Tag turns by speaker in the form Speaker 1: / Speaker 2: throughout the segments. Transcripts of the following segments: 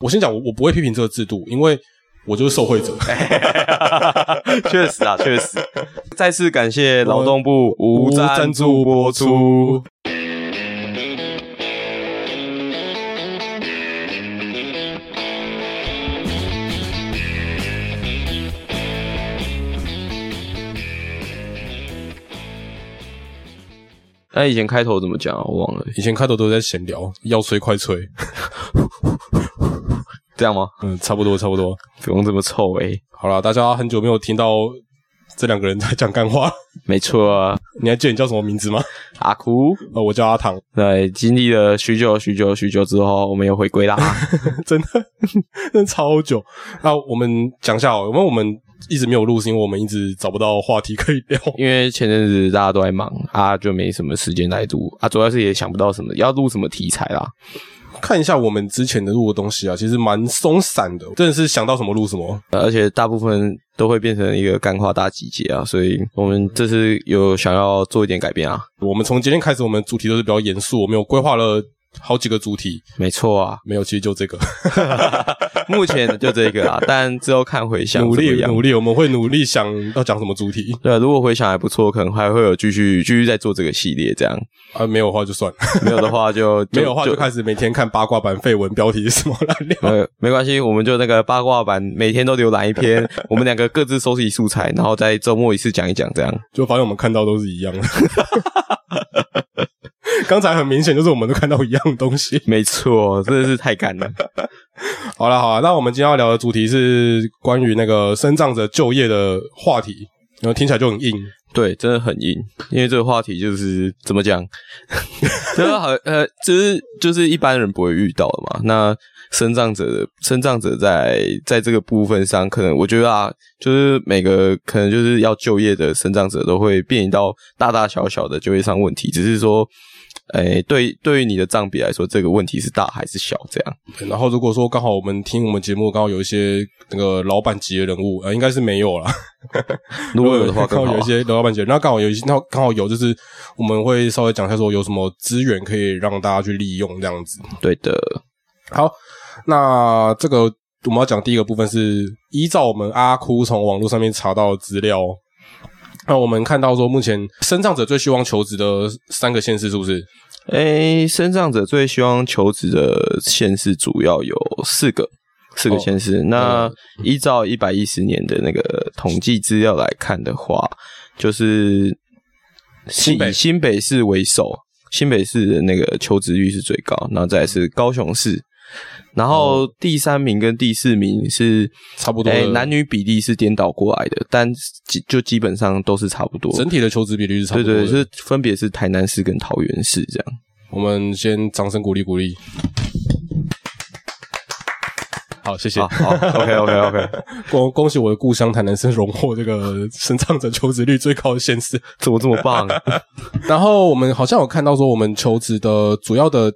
Speaker 1: 我先讲，我我不会批评这个制度，因为我就是受惠者。
Speaker 2: 哎 确实啊，确实。再次感谢劳动部无赞助播出。那以前开头怎么讲啊？我忘了，
Speaker 1: 以前开头都在闲聊，要吹快 吹，
Speaker 2: 这样吗？
Speaker 1: 嗯，差不多差不多。
Speaker 2: 不用这么臭欸诶、
Speaker 1: 好啦，大家很久没有听到这两个人在讲干话，
Speaker 2: 没错啊，
Speaker 1: 你还记得你叫什么名字吗？
Speaker 2: 阿哭。
Speaker 1: 呃，我叫阿唐，
Speaker 2: 在经历了许久、许久、许久之后，我们又回归啦。
Speaker 1: 真的真的超久。那我们讲一下哦，因为我们一直没有录，是因为我们一直找不到话题可以聊。
Speaker 2: 因为前阵子大家都在忙啊，就没什么时间来录啊，主要是也想不到什么要录什么题材啦。
Speaker 1: 看一下我们之前的录的东西啊，其实蛮松散的，真的是想到什么录什么。
Speaker 2: 呃而且大部分都会变成一个干话大集结啊，所以我们这次有想要做一点改变啊。
Speaker 1: 我们从今天开始，我们主题都是比较严肃，我们有规划了好几个主题，
Speaker 2: 没错啊，
Speaker 1: 没有，其实就这个。
Speaker 2: 目前就这个啊，但之后看回想
Speaker 1: 努
Speaker 2: 怎么
Speaker 1: 力
Speaker 2: 样
Speaker 1: 努力，我们会努力想要讲什么主题
Speaker 2: 对，啊如果回想还不错，可能还会有继续 继续再做这个系列，这样
Speaker 1: 啊，没有的话就算了，
Speaker 2: 没有的话就
Speaker 1: 没有的话就开始每天看八卦版绯闻标题是什么来聊。
Speaker 2: 呃，没关系，我们就那个八卦版，每天都浏览一篇， 我们两个各自收集素材，然后在周末一次讲一讲，这样。
Speaker 1: 就发现我们看到都是一样的。 刚才很明显就是我们都看到一样的东西。
Speaker 2: 没错，真的是太干了。
Speaker 1: 好了好了，那我们今天要聊的主题是关于那个生障者就业的话题，然后听起来就很硬。
Speaker 2: 对，真的很硬，因为这个话题就是怎么讲， 就是好呃，就是就是一般人不会遇到的嘛。那生长者的生长者在在这个部分上，可能我觉得啊，就是每个可能就是要就业的生长者都会面临到大大小小的就业上问题，只是说，诶、对对于你的账比来说，这个问题是大还是小这样。
Speaker 1: 然后如果说刚好我们听我们节目，刚好有一些那个老板级的人物，呃，应该是没有啦。
Speaker 2: 如果有的话
Speaker 1: 刚
Speaker 2: 更
Speaker 1: 好有
Speaker 2: 好
Speaker 1: 一
Speaker 2: 啊。
Speaker 1: 些老板节，那刚好有一些，那刚好有就是我们会稍微讲一下说有什么资源可以让大家去利用这样子。
Speaker 2: 对的，
Speaker 1: 好，那这个我们要讲第一个部分是依照我们阿哭从网络上面查到的资料，那我们看到说目前身障者最希望求职的三个县市是不是？
Speaker 2: 诶、生长者最希望求职的县市主要有四个，四
Speaker 1: 哦
Speaker 2: 个县市。
Speaker 1: 嗯
Speaker 2: 那依照一百一十年的那个统计资料来看的话，就是
Speaker 1: 新北
Speaker 2: 以新北市为首，新北市的那个求职率是最高，然后再来是
Speaker 1: 嗯
Speaker 2: 高雄市，然后第三名跟第四名是
Speaker 1: 哦差不多的
Speaker 2: 诶男女比例是颠倒过来的，但基就基本上都是差不多。
Speaker 1: 整体的求职比率是差不
Speaker 2: 对
Speaker 1: 多的。
Speaker 2: 对，就是分别是台南市跟桃园市这样。
Speaker 1: 我们先掌声鼓励鼓励。好，谢谢。
Speaker 2: 啊，好，OK OK OK，
Speaker 1: 恭恭喜我的故乡台南是荣获这个生长者求职率最高的县市。
Speaker 2: 怎么这么棒？啊
Speaker 1: 然后我们好像有看到说，我们求职的主要的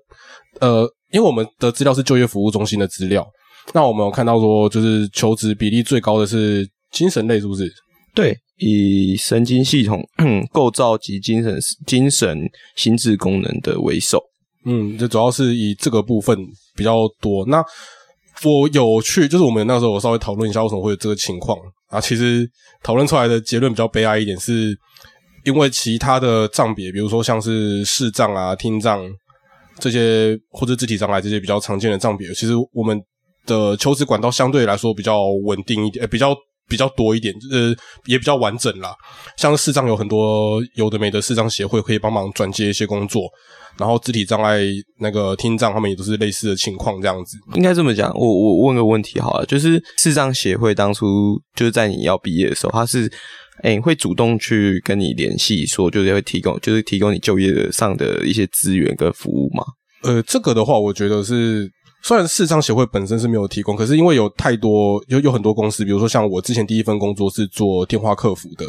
Speaker 1: 呃，因为我们的资料是就业服务中心的资料，那我们有看到说，就是求职比例最高的是精神类，是不是？
Speaker 2: 对，以神经系统 构造及精神精神心智功能的为首。
Speaker 1: 嗯，这主要是以这个部分比较多。那我有去，就是我们那时候我稍微讨论一下为什么会有这个情况啊。其实讨论出来的结论比较悲哀一点，是因为其他的障别，比如说像是视障啊、听障这些，或者肢体障碍这些比较常见的障别，其实我们的求职管道相对来说比较稳定一点，呃、比较比较多一点，呃，也比较完整啦。像视障有很多有的没的视障协会可以帮忙转接一些工作，然后肢体障碍、那个听障，他们也都是类似的情况这样子。
Speaker 2: 应该这么讲，我我问个问题好了，就是视障协会当初就是在你要毕业的时候，他是哎、会主动去跟你联系，说就是会提供就是提供你就业上的一些资源跟服务嘛？
Speaker 1: 呃，这个的话，我觉得是虽然视障协会本身是没有提供，可是因为有太多有有很多公司，比如说像我之前第一份工作是做电话客服的，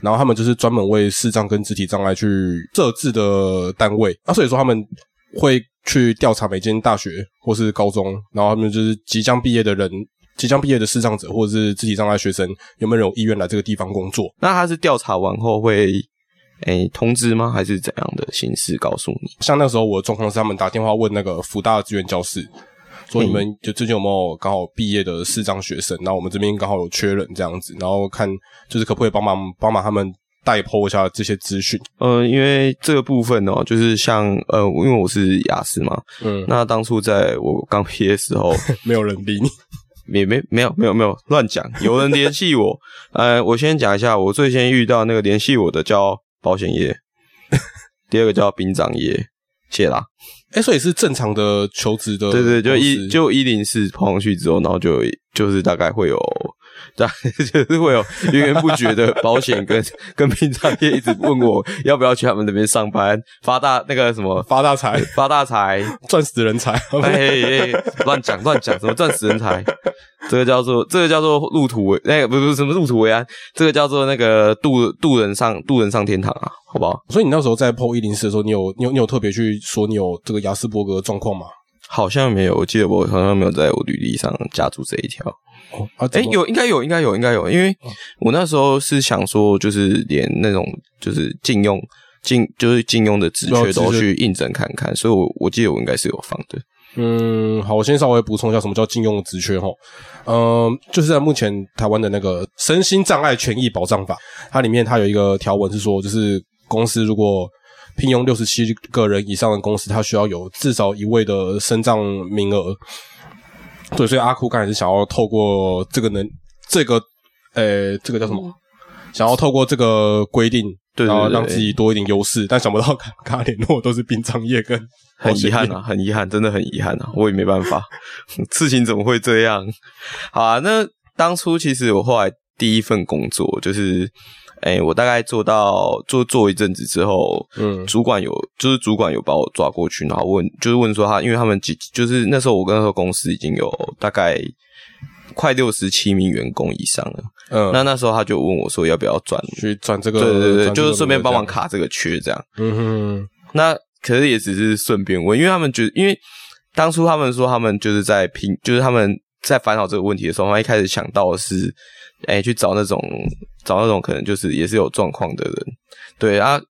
Speaker 1: 然后他们就是专门为视障跟肢体障碍去设置的单位，那、所以说他们会去调查每间大学或是高中，然后他们就是即将毕业的人。即将毕业的视障者或者是肢体障碍学生，有没有人有意愿来这个地方工作？
Speaker 2: 那他是调查完后会哎、通知吗？还是怎样的形式告诉你？
Speaker 1: 像那时候我的状况是，他们打电话问那个福大的志愿教室，
Speaker 2: 嗯
Speaker 1: 说你们就最近有没有刚好毕业的视障学生？然后我们这边刚好有缺人这样子，然后看就是可不可以帮忙帮忙他们代剖一下这些资讯。
Speaker 2: 呃，因为这个部分哦，就是像呃，因为我是雅思嘛，
Speaker 1: 嗯，
Speaker 2: 那当初在我刚毕业的 时候，
Speaker 1: 没有人理你。
Speaker 2: 也没没有没有没有乱讲，有人联系我，呃，我先讲一下，我最先遇到那个联系我的叫保险业，第二个叫殡葬业，谢啦，
Speaker 1: 哎、所以是正常的求职呃的公
Speaker 2: 对
Speaker 1: 司，
Speaker 2: 对，就一就一零四跑上去之后，然后就就是大概会有，大概 就是会有源源不绝的保险跟跟殡葬业一直问我要不要去他们那边上班，发大那个什么
Speaker 1: 发大财，
Speaker 2: 发大财，
Speaker 1: 赚死人才。
Speaker 2: 哎哎，乱讲乱讲，什么钻石人才？这个叫做这个叫做入土为那个不是不是什么入土为安，这个叫做那个渡渡人上渡人上天堂啊，好不好？
Speaker 1: 所以你那时候在 PO 一零四的时候，你有你有你有特别去说你有这个雅斯伯格的状况吗？
Speaker 2: 好像没有，我记得我好像没有在我履历上加注这一条。
Speaker 1: 哦，啊，
Speaker 2: 哎、
Speaker 1: 怎么哦
Speaker 2: 有应该有应该有应该有，因为我那时候是想说，就是连那种就是禁用禁就是禁用的职
Speaker 1: 对啊
Speaker 2: 缺都
Speaker 1: 职缺
Speaker 2: 去应征看看，所以我我记得我应该是有放的。
Speaker 1: 嗯，好，我先稍微补充一下什么叫禁用职缺哈。嗯，就是在目前台湾的那个《身心障碍权益保障法》，它里面它有一个条文是说，就是公司如果聘用六十七个人以上的公司，它需要有至少一位的身障名额。对，所以阿酷刚才是想要透过这个能这个呃这个叫什么？想要透过这个规定，
Speaker 2: 对对
Speaker 1: 然后
Speaker 2: 对
Speaker 1: 让自己多一点优势，但想不到卡 卡联络都是殡葬业跟
Speaker 2: 很遗憾
Speaker 1: 啊。
Speaker 2: 啊，很遗憾，真的很遗憾啊，我也没办法， 事情怎么会这样？好啊，那当初其实我后来第一份工作就是，哎、我大概做到做做一阵子之后，
Speaker 1: 嗯
Speaker 2: 主管有就是主管有把我抓过去，然后问就是问说他，因为他们几就是那时候我跟那个公司已经有大概快六十七名员工以上了，
Speaker 1: 嗯，
Speaker 2: 那那时候他就问我说要不要转，
Speaker 1: 去转这个，
Speaker 2: 对对对，
Speaker 1: 转这个
Speaker 2: 就是顺便帮忙
Speaker 1: 这样。
Speaker 2: 卡这个缺这样。
Speaker 1: 嗯
Speaker 2: 那可是也只是顺便问，因为他们觉因为当初他们说他们就是在拼，就是他们在烦恼这个问题的时候，他们一开始想到的是，哎、去找那种找那种可能就是也是有状况的人，对啊。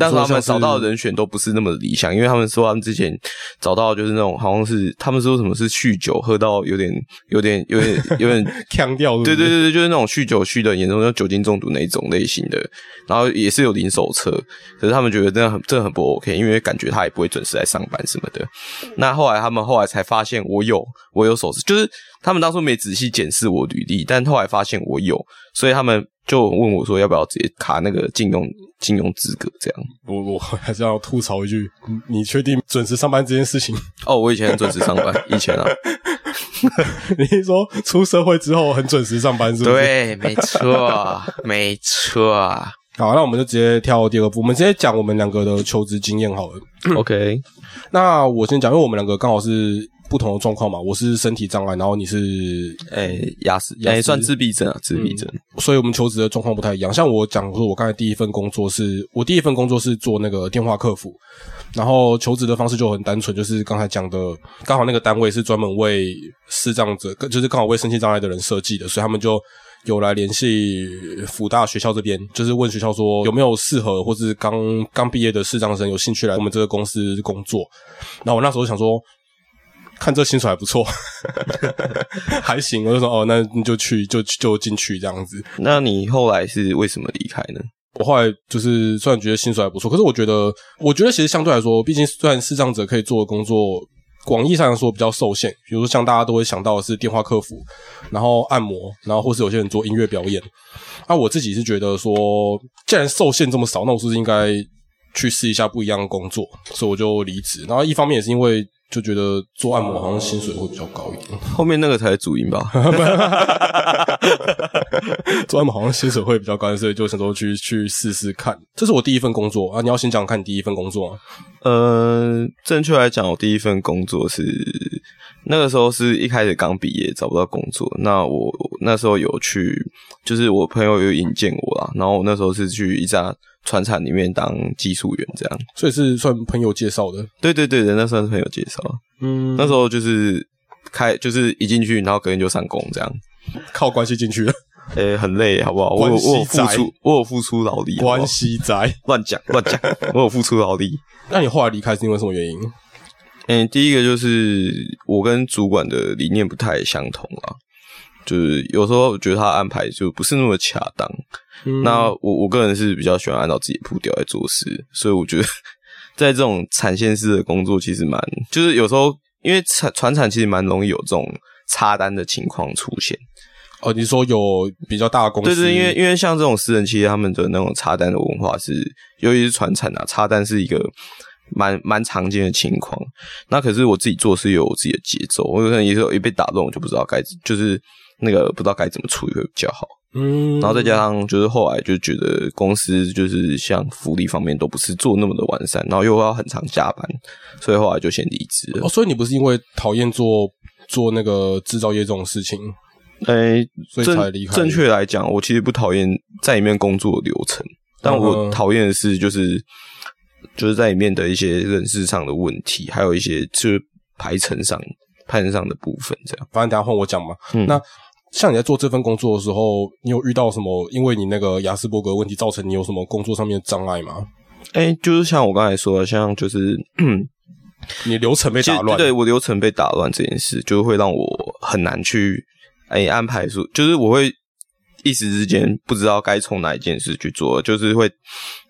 Speaker 2: 但是他们找到的人选都不是那么理想，因为他们说他们之前找到就是那种好像是他们说什么是酗酒，喝到有点有点有点有点
Speaker 1: 哼，腔调是不
Speaker 2: 对
Speaker 1: 是
Speaker 2: 对，对对，就是那种酗酒酗的严重，就酒精中毒那一种类型的，然后也是有零手册，可是他们觉得真的很真的很不 OK，因为感觉他也不会准时来上班什么的。那后来他们后来才发现我有我有手册，就是他们当初没仔细检视我履历，但后来发现我有，所以他们就问我说要不要直接卡那个禁用禁用资格这样。
Speaker 1: 我我还是要吐槽一句，你你确定准时上班这件事情？
Speaker 2: 哦，我以前很准时上班，以前啊，
Speaker 1: 你是说出社会之后很准时上班是不是？。
Speaker 2: 对，没错，没 错。哎
Speaker 1: 好，那我们就直接跳第二个部，我们直接讲我们两个的求职经验好了。
Speaker 2: OK，
Speaker 1: 那我先讲，因为我们两个刚好是不同的状况嘛，我是身体障碍，然后你是
Speaker 2: 哎、雅思，
Speaker 1: 雅思
Speaker 2: 哎、算自闭症啊，自闭症。
Speaker 1: 所以我们求职的状况不太一样。像我讲说，我刚才第一份工作是我第一份工作是做那个电话客服，然后求职的方式就很单纯，就是刚才讲的，刚好那个单位是专门为视障者，就是刚好为身心障碍的人设计的，所以他们就。有来联系辅大学校这边，就是问学校说有没有适合或是刚刚毕业的视障生有兴趣来我们这个公司工作。然后我那时候想说，看这薪水还不错， 还行，我就说哦，那你就去就就进去这样子。
Speaker 2: 那你后来是为什么离开呢？
Speaker 1: 我后来就是虽然觉得薪水还不错，可是我觉得，我觉得其实相对来说，毕竟虽然视障者可以做的工作，广义上来说比较受限，比如说像大家都会想到的是电话客服，然后按摩，然后或是有些人做音乐表演。那、我自己是觉得说，既然受限这么少，那我是不是应该去试一下不一样的工作？所以我就离职。然后一方面也是因为就觉得做按摩好像薪水会比较高一点，
Speaker 2: 后面那个才是主因吧？
Speaker 1: 做按摩好像薪水会比较高，所以就想说去去试试看。这是我第一份工作啊！你要先讲看你第一份工作、啊。
Speaker 2: 呃，正确来讲，我第一份工作是那个时候是一开始刚毕业，找不到工作。那我那时候有去，就是我朋友有引荐我啦，然后我那时候是去一家船厂里面当技术员，这样。
Speaker 1: 所以是算朋友介绍的。
Speaker 2: 对对对对，那算是朋友介绍。啊
Speaker 1: 嗯
Speaker 2: 那时候就是开，就是一进去，然后隔天就上工这样。
Speaker 1: 靠关系进 去了，
Speaker 2: 诶、很累，好不好？我有
Speaker 1: 关系
Speaker 2: 我有付
Speaker 1: 宅
Speaker 2: 出，我有付出劳力。好不好
Speaker 1: 关系宅。
Speaker 2: 乱讲乱讲，我有付出劳力。
Speaker 1: 那你后来离开是因为什么原因？
Speaker 2: 嗯，第一个就是我跟主管的理念不太相同啊，就是有时候我觉得他安排就不是那么恰当。
Speaker 1: 嗯
Speaker 2: 那我我个人是比较喜欢按照自己的步调来做事，所以我觉得 在这种产线式的工作，其实蛮就是有时候因为产传产其实蛮容易有这种插单的情况出现。
Speaker 1: 哦，你说有比较大的公司，
Speaker 2: 对对，因为因为像这种私人企业，他们的那种插单的文化是，尤其是传产啊，插单是一个蛮蛮常见的情况。那可是我自己做事有我自己的节奏，我有可能也是一被打中，我就不知道该就是那个不知道该怎么处理会比较好。
Speaker 1: 嗯，
Speaker 2: 然后再加上就是后来就觉得公司就是像福利方面都不是做那么的完善，然后又要很常加班，所以后来就先离职了
Speaker 1: 哦，。所以你不是因为讨厌做做那个制造业这种事情，
Speaker 2: 诶、
Speaker 1: 所以才离
Speaker 2: 正
Speaker 1: 开？
Speaker 2: 正确来讲，我其实不讨厌在里面工作的流程，但
Speaker 1: 嗯
Speaker 2: 我
Speaker 1: 哼
Speaker 2: 讨厌的是就是就是在里面的一些人事上的问题，还有一些就是排程上排程上的部分这样。
Speaker 1: 反正等一下换我讲嘛。
Speaker 2: 嗯
Speaker 1: 那像你在做这份工作的时候，你有遇到什么？因为你那个雅斯伯格问题造成你有什么工作上面的障碍吗？
Speaker 2: 哎、就是像我刚才说的，像就是。
Speaker 1: 你流程被
Speaker 2: 其实
Speaker 1: 打乱，
Speaker 2: 对我流程被打乱这件事，就会让我很难去哎、安排出，就是我会一时之间不知道该从哪一件事去做，就是会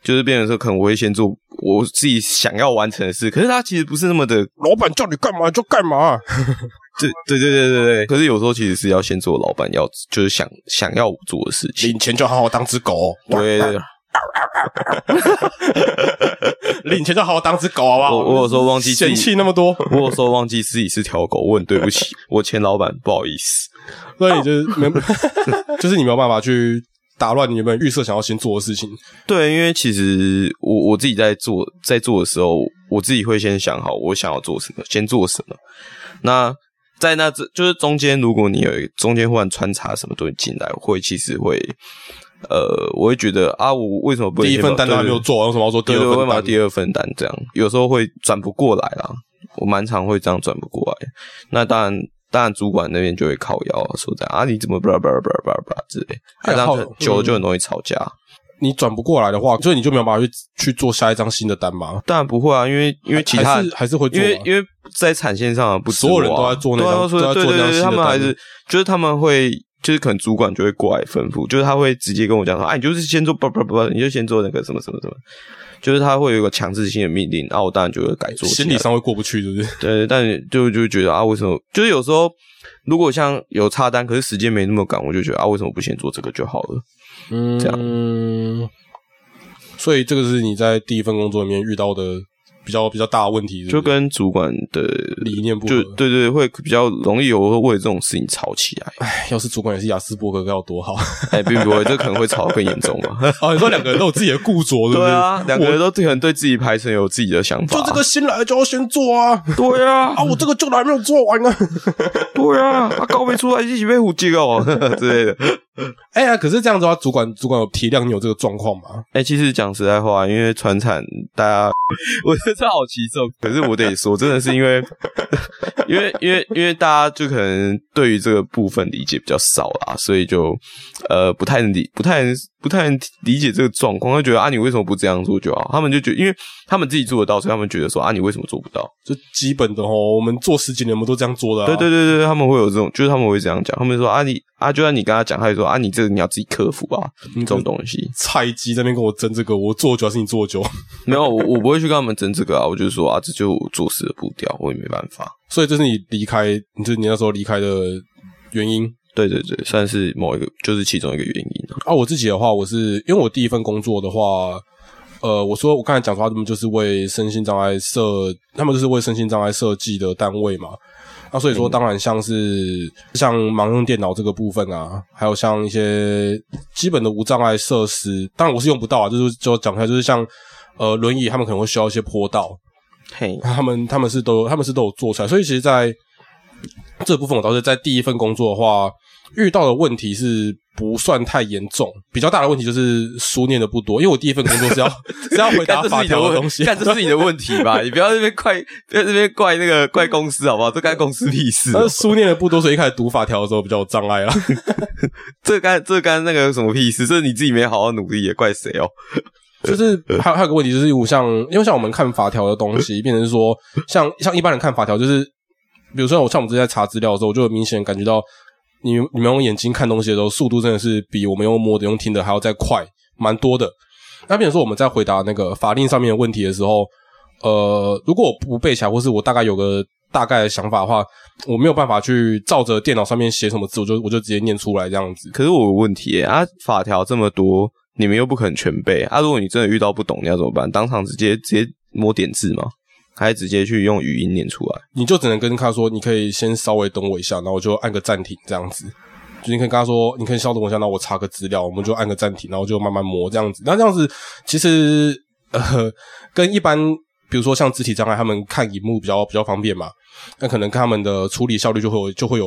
Speaker 2: 就是变成说，可能我会先做我自己想要完成的事，可是它其实不是那么的，
Speaker 1: 老板叫你干嘛就干嘛。
Speaker 2: 对对对对对对。可是有时候其实是要先做老板要就是想想要我做的事情，
Speaker 1: 领钱就好好当只狗，
Speaker 2: 对对对，
Speaker 1: 领钱就好好当只狗，好不好？
Speaker 2: 我我有时候忘记自
Speaker 1: 嫌
Speaker 2: 己
Speaker 1: 弃那么多，
Speaker 2: 我有时候忘记自己是条狗，问对不起，我前老板不好意思。
Speaker 1: 所以你就是没， 就是你没有办法去打乱你原本预设想要先做的事情。
Speaker 2: 对，因为其实我我自己在做在做的时候，我自己会先想好我想要做什么，先做什么。那在那这就是中间，如果你有一中间忽然穿插什么东西进来，我会其实会呃，我会觉得啊，我为什么不能
Speaker 1: 第一
Speaker 2: 先把
Speaker 1: 份单都还没有，做完，为什么要做第
Speaker 2: 对
Speaker 1: 二
Speaker 2: 对对，我会
Speaker 1: 份
Speaker 2: 把
Speaker 1: 单？
Speaker 2: 第二份单这样，有时候会转不过来啦。我蛮常会这样转不过来。那当然。当然，主管那边就会靠腰说这样啊，你怎么巴拉巴拉巴拉巴拉巴拉之类，
Speaker 1: 哎
Speaker 2: 啊，这样
Speaker 1: 好
Speaker 2: 就久了就很容易吵架。
Speaker 1: 你转不过来的话，所以你就没有办法去去做下一张新的单嘛？
Speaker 2: 当然不会啊，因为因为其他
Speaker 1: 还是还是会做
Speaker 2: 因
Speaker 1: 啊，
Speaker 2: 为因为在产线上啊不止
Speaker 1: 所有人
Speaker 2: 我啊
Speaker 1: 都在做那张
Speaker 2: 对啊
Speaker 1: 都在做
Speaker 2: 对
Speaker 1: 那
Speaker 2: 对
Speaker 1: 张
Speaker 2: 对，
Speaker 1: 新的
Speaker 2: 他们
Speaker 1: 单
Speaker 2: 还是就是他们会就是可能主管就会过来吩咐，就是他会直接跟我讲说，啊，你就是先做不不不，你就先做那个什么什么什么，就是他会有一个强制性的命令，啊，我当然就会改做起来。
Speaker 1: 心理上会过不去，是不是？
Speaker 2: 对，但就就觉得啊，为什么？就是有时候如果像有差单，可是时间没那么赶，我就觉得啊，为什么不先做这个就好了？
Speaker 1: 嗯，
Speaker 2: 这
Speaker 1: 样。所以这个是你在第一份工作里面遇到的比较比较大的问题是不是
Speaker 2: 就跟主管的
Speaker 1: 理念不合
Speaker 2: 就。对对，会比较容易有为这种事情吵起来。
Speaker 1: 哎要是主管也是雅斯伯格，该有多好！
Speaker 2: 哎、并不会，这可能会吵得更严重吧。
Speaker 1: 哦，你说两个人都有自己的固着，对不对？
Speaker 2: 对啊，两个人都可能对自己排程有自己的想法。啊
Speaker 1: 就 这个新来的就要先做啊！
Speaker 2: 对 啊，
Speaker 1: 啊，我这个旧的还没有做完呢、啊。
Speaker 2: 对啊，他高没出来一起被虎击哦 之类的。
Speaker 1: 哎呀，可是这样子的话，主管主管有体谅你有这个状况吗？
Speaker 2: 哎、其实讲实在话，因为传产大 家，我真的好奇重，可是我得说，真的是因 为，因为因为因为大家就可能对于这个部分理解比较少啦，所以就呃不太能理不太能不太能理解这个状况，他觉得啊你为什么不这样做就好？他们就觉得，因为他们自己做得到，所以他们觉得说啊你为什么做不到？
Speaker 1: 就基本的哦，我们做十几年，我们都这样做的、啊。
Speaker 2: 对对对对，他们会有这种，就是他们会这样讲，他们说啊你啊，就算你跟他讲，他就说啊你这个你要自己克服啊，这种东西。
Speaker 1: 菜鸡在那边跟我争这个，我做久还是你做久？
Speaker 2: 没有，我我不会去跟他们争这个啊，我就说啊，这就我做事的步调，我也没办法。
Speaker 1: 所以这是你离开，你就是你那时候离开的原因
Speaker 2: 对对对，算是某一个，就是其中一个原因啊。
Speaker 1: 啊。我自己的话，我是因为我第一份工作的话，呃，我说我刚才讲说他们就是为身心障碍设，他们就是为身心障碍设计的单位嘛。那所以说，当然像是像盲用电脑这个部分啊，还有像一些基本的无障碍设施，当然我是用不到啊，就是就讲出来就是像呃轮椅，他们可能会需要一些坡道，
Speaker 2: 嘿，
Speaker 1: 他们他们是都有他们是都有做出来，所以其实在这部分我倒是在第一份工作的话，遇到的问题是不算太严重，比较大的问题就是书念的不多，因为我第一份工作是 要是要回答
Speaker 2: 干这是
Speaker 1: 法
Speaker 2: 你的
Speaker 1: 条
Speaker 2: 问
Speaker 1: 东西，
Speaker 2: 干这是你的问题 吧？你不要这边怪，不要这边怪那个怪公司好不好？这干公司屁事哦、
Speaker 1: 呃但是书念的不多，所以一开始读法条的时候比较有障碍啊。
Speaker 2: 这干这干那个有什么屁事？这你自己没好好努力也怪谁哦？
Speaker 1: 就是还有还有个问题，就是我像因为像我们看法条的东西，变成是说像像一般人看法条，就是比如说我像我们之前在查资料的时候，我就很明显感觉到你你们用眼睛看东西的时候，速度真的是比我们用摸的、用听的还要再快蛮多的。那比如说我们在回答那个法令上面的问题的时候，呃，如果我不背起来，或是我大概有个大概的想法的话，我没有办法去照着电脑上面写什么字，我就我就直接念出来这样子。
Speaker 2: 可是我有问题耶、啊，法条这么多，你们又不肯全背啊！如果你真的遇到不懂，你要怎么办？当场直接直接摸点字吗？还是直接去用语音念出来？
Speaker 1: 你就只能跟他说，你可以先稍微等我一下，然后我就按个暂停这样子。就你可以跟他说，你可以稍等我一下，然后我查个资料，我们就按个暂停，然后就慢慢磨这样子。那这样子其实呃，跟一般比如说像肢体障碍，他们看荧幕比较比较方便嘛，那可能跟他们的处理效率就会有就会有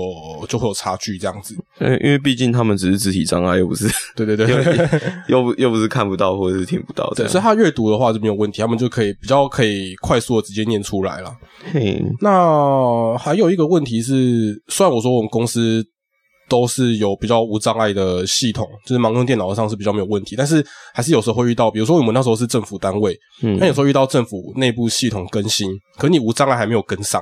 Speaker 1: 就会有差距这样子。
Speaker 2: 呃，因为毕竟他们只是肢体障碍，又不是
Speaker 1: 对对
Speaker 2: 又
Speaker 1: 对。
Speaker 2: 又不又不是看不到或者是听不到这
Speaker 1: 对，所以
Speaker 2: 样。
Speaker 1: 他阅读的话是没有问题，他们就可以比较可以快速的直接念出来了。
Speaker 2: 嘿，
Speaker 1: 那还有一个问题是，虽然我说我们公司都是有比较无障碍的系统，就是盲用电脑上是比较没有问题，但是还是有时候会遇到，比如说我们那时候是政府单位，
Speaker 2: 嗯
Speaker 1: 那，有时候遇到政府内部系统更新，可你无障碍还没有跟上，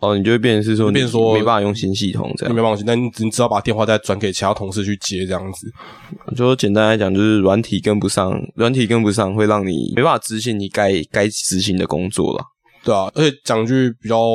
Speaker 2: 哦，你就会变成是说，
Speaker 1: 变成说
Speaker 2: 没办法用新系统这
Speaker 1: 你
Speaker 2: 样
Speaker 1: 没。办法去，那你只知道把电话再转给其他同事去接这样子。
Speaker 2: 就简单来讲，就是软体跟不上，软体跟不上会让你没办法执行你该该执行的工作了。
Speaker 1: 对啊，而且讲句比较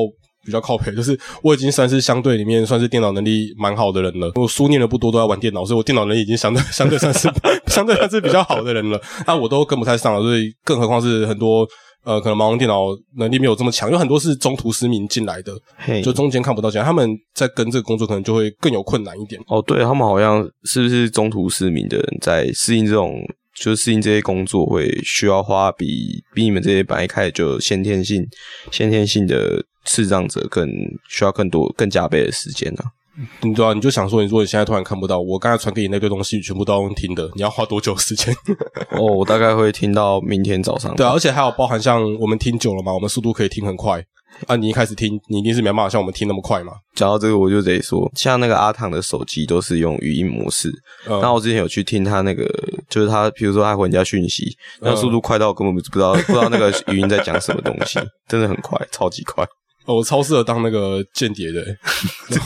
Speaker 1: 比较靠谱，就是我已经算是相对里面算是电脑能力蛮好的人了。我书念的不多，都在玩电脑，所以我电脑能力已经相对 相对算是相对算是比较好的人了。那我都跟不太上了，所以更何况是很多。呃，可能盲人电脑能力没有这么强，有很多是中途失明进来的，
Speaker 2: 嘿，
Speaker 1: 就中间看不到进来，他们在跟这个工作可能就会更有困难一点。
Speaker 2: 哦，对他们好像是不是中途失明的人在适应这种，就是适应这些工作会需要花比比你们这些本来一开始就有先天性先天性的视障者更需要更多更加倍的时间啊呢、
Speaker 1: 你啊知道、你就想说，你如果你现在突然看不到，我刚才传给你那堆东西，全部都要用听的，你要花多久时间？
Speaker 2: 哦，我大概会听到明天早上。
Speaker 1: 对啊，而且还有包含像我们听久了嘛，我们速度可以听很快啊。你一开始听，你一定是没办法像我们听那么快嘛。
Speaker 2: 讲到这个，我就得说，像那个阿唐的手机都是用语音模式。
Speaker 1: 嗯
Speaker 2: 那我之前有去听他那个，就是他，比如说他回人家讯息，那速度快到我根本不知道 不知道那个语音在讲什么东西，真的很快，超级快。
Speaker 1: 哦我超适合当那个间谍的、欸，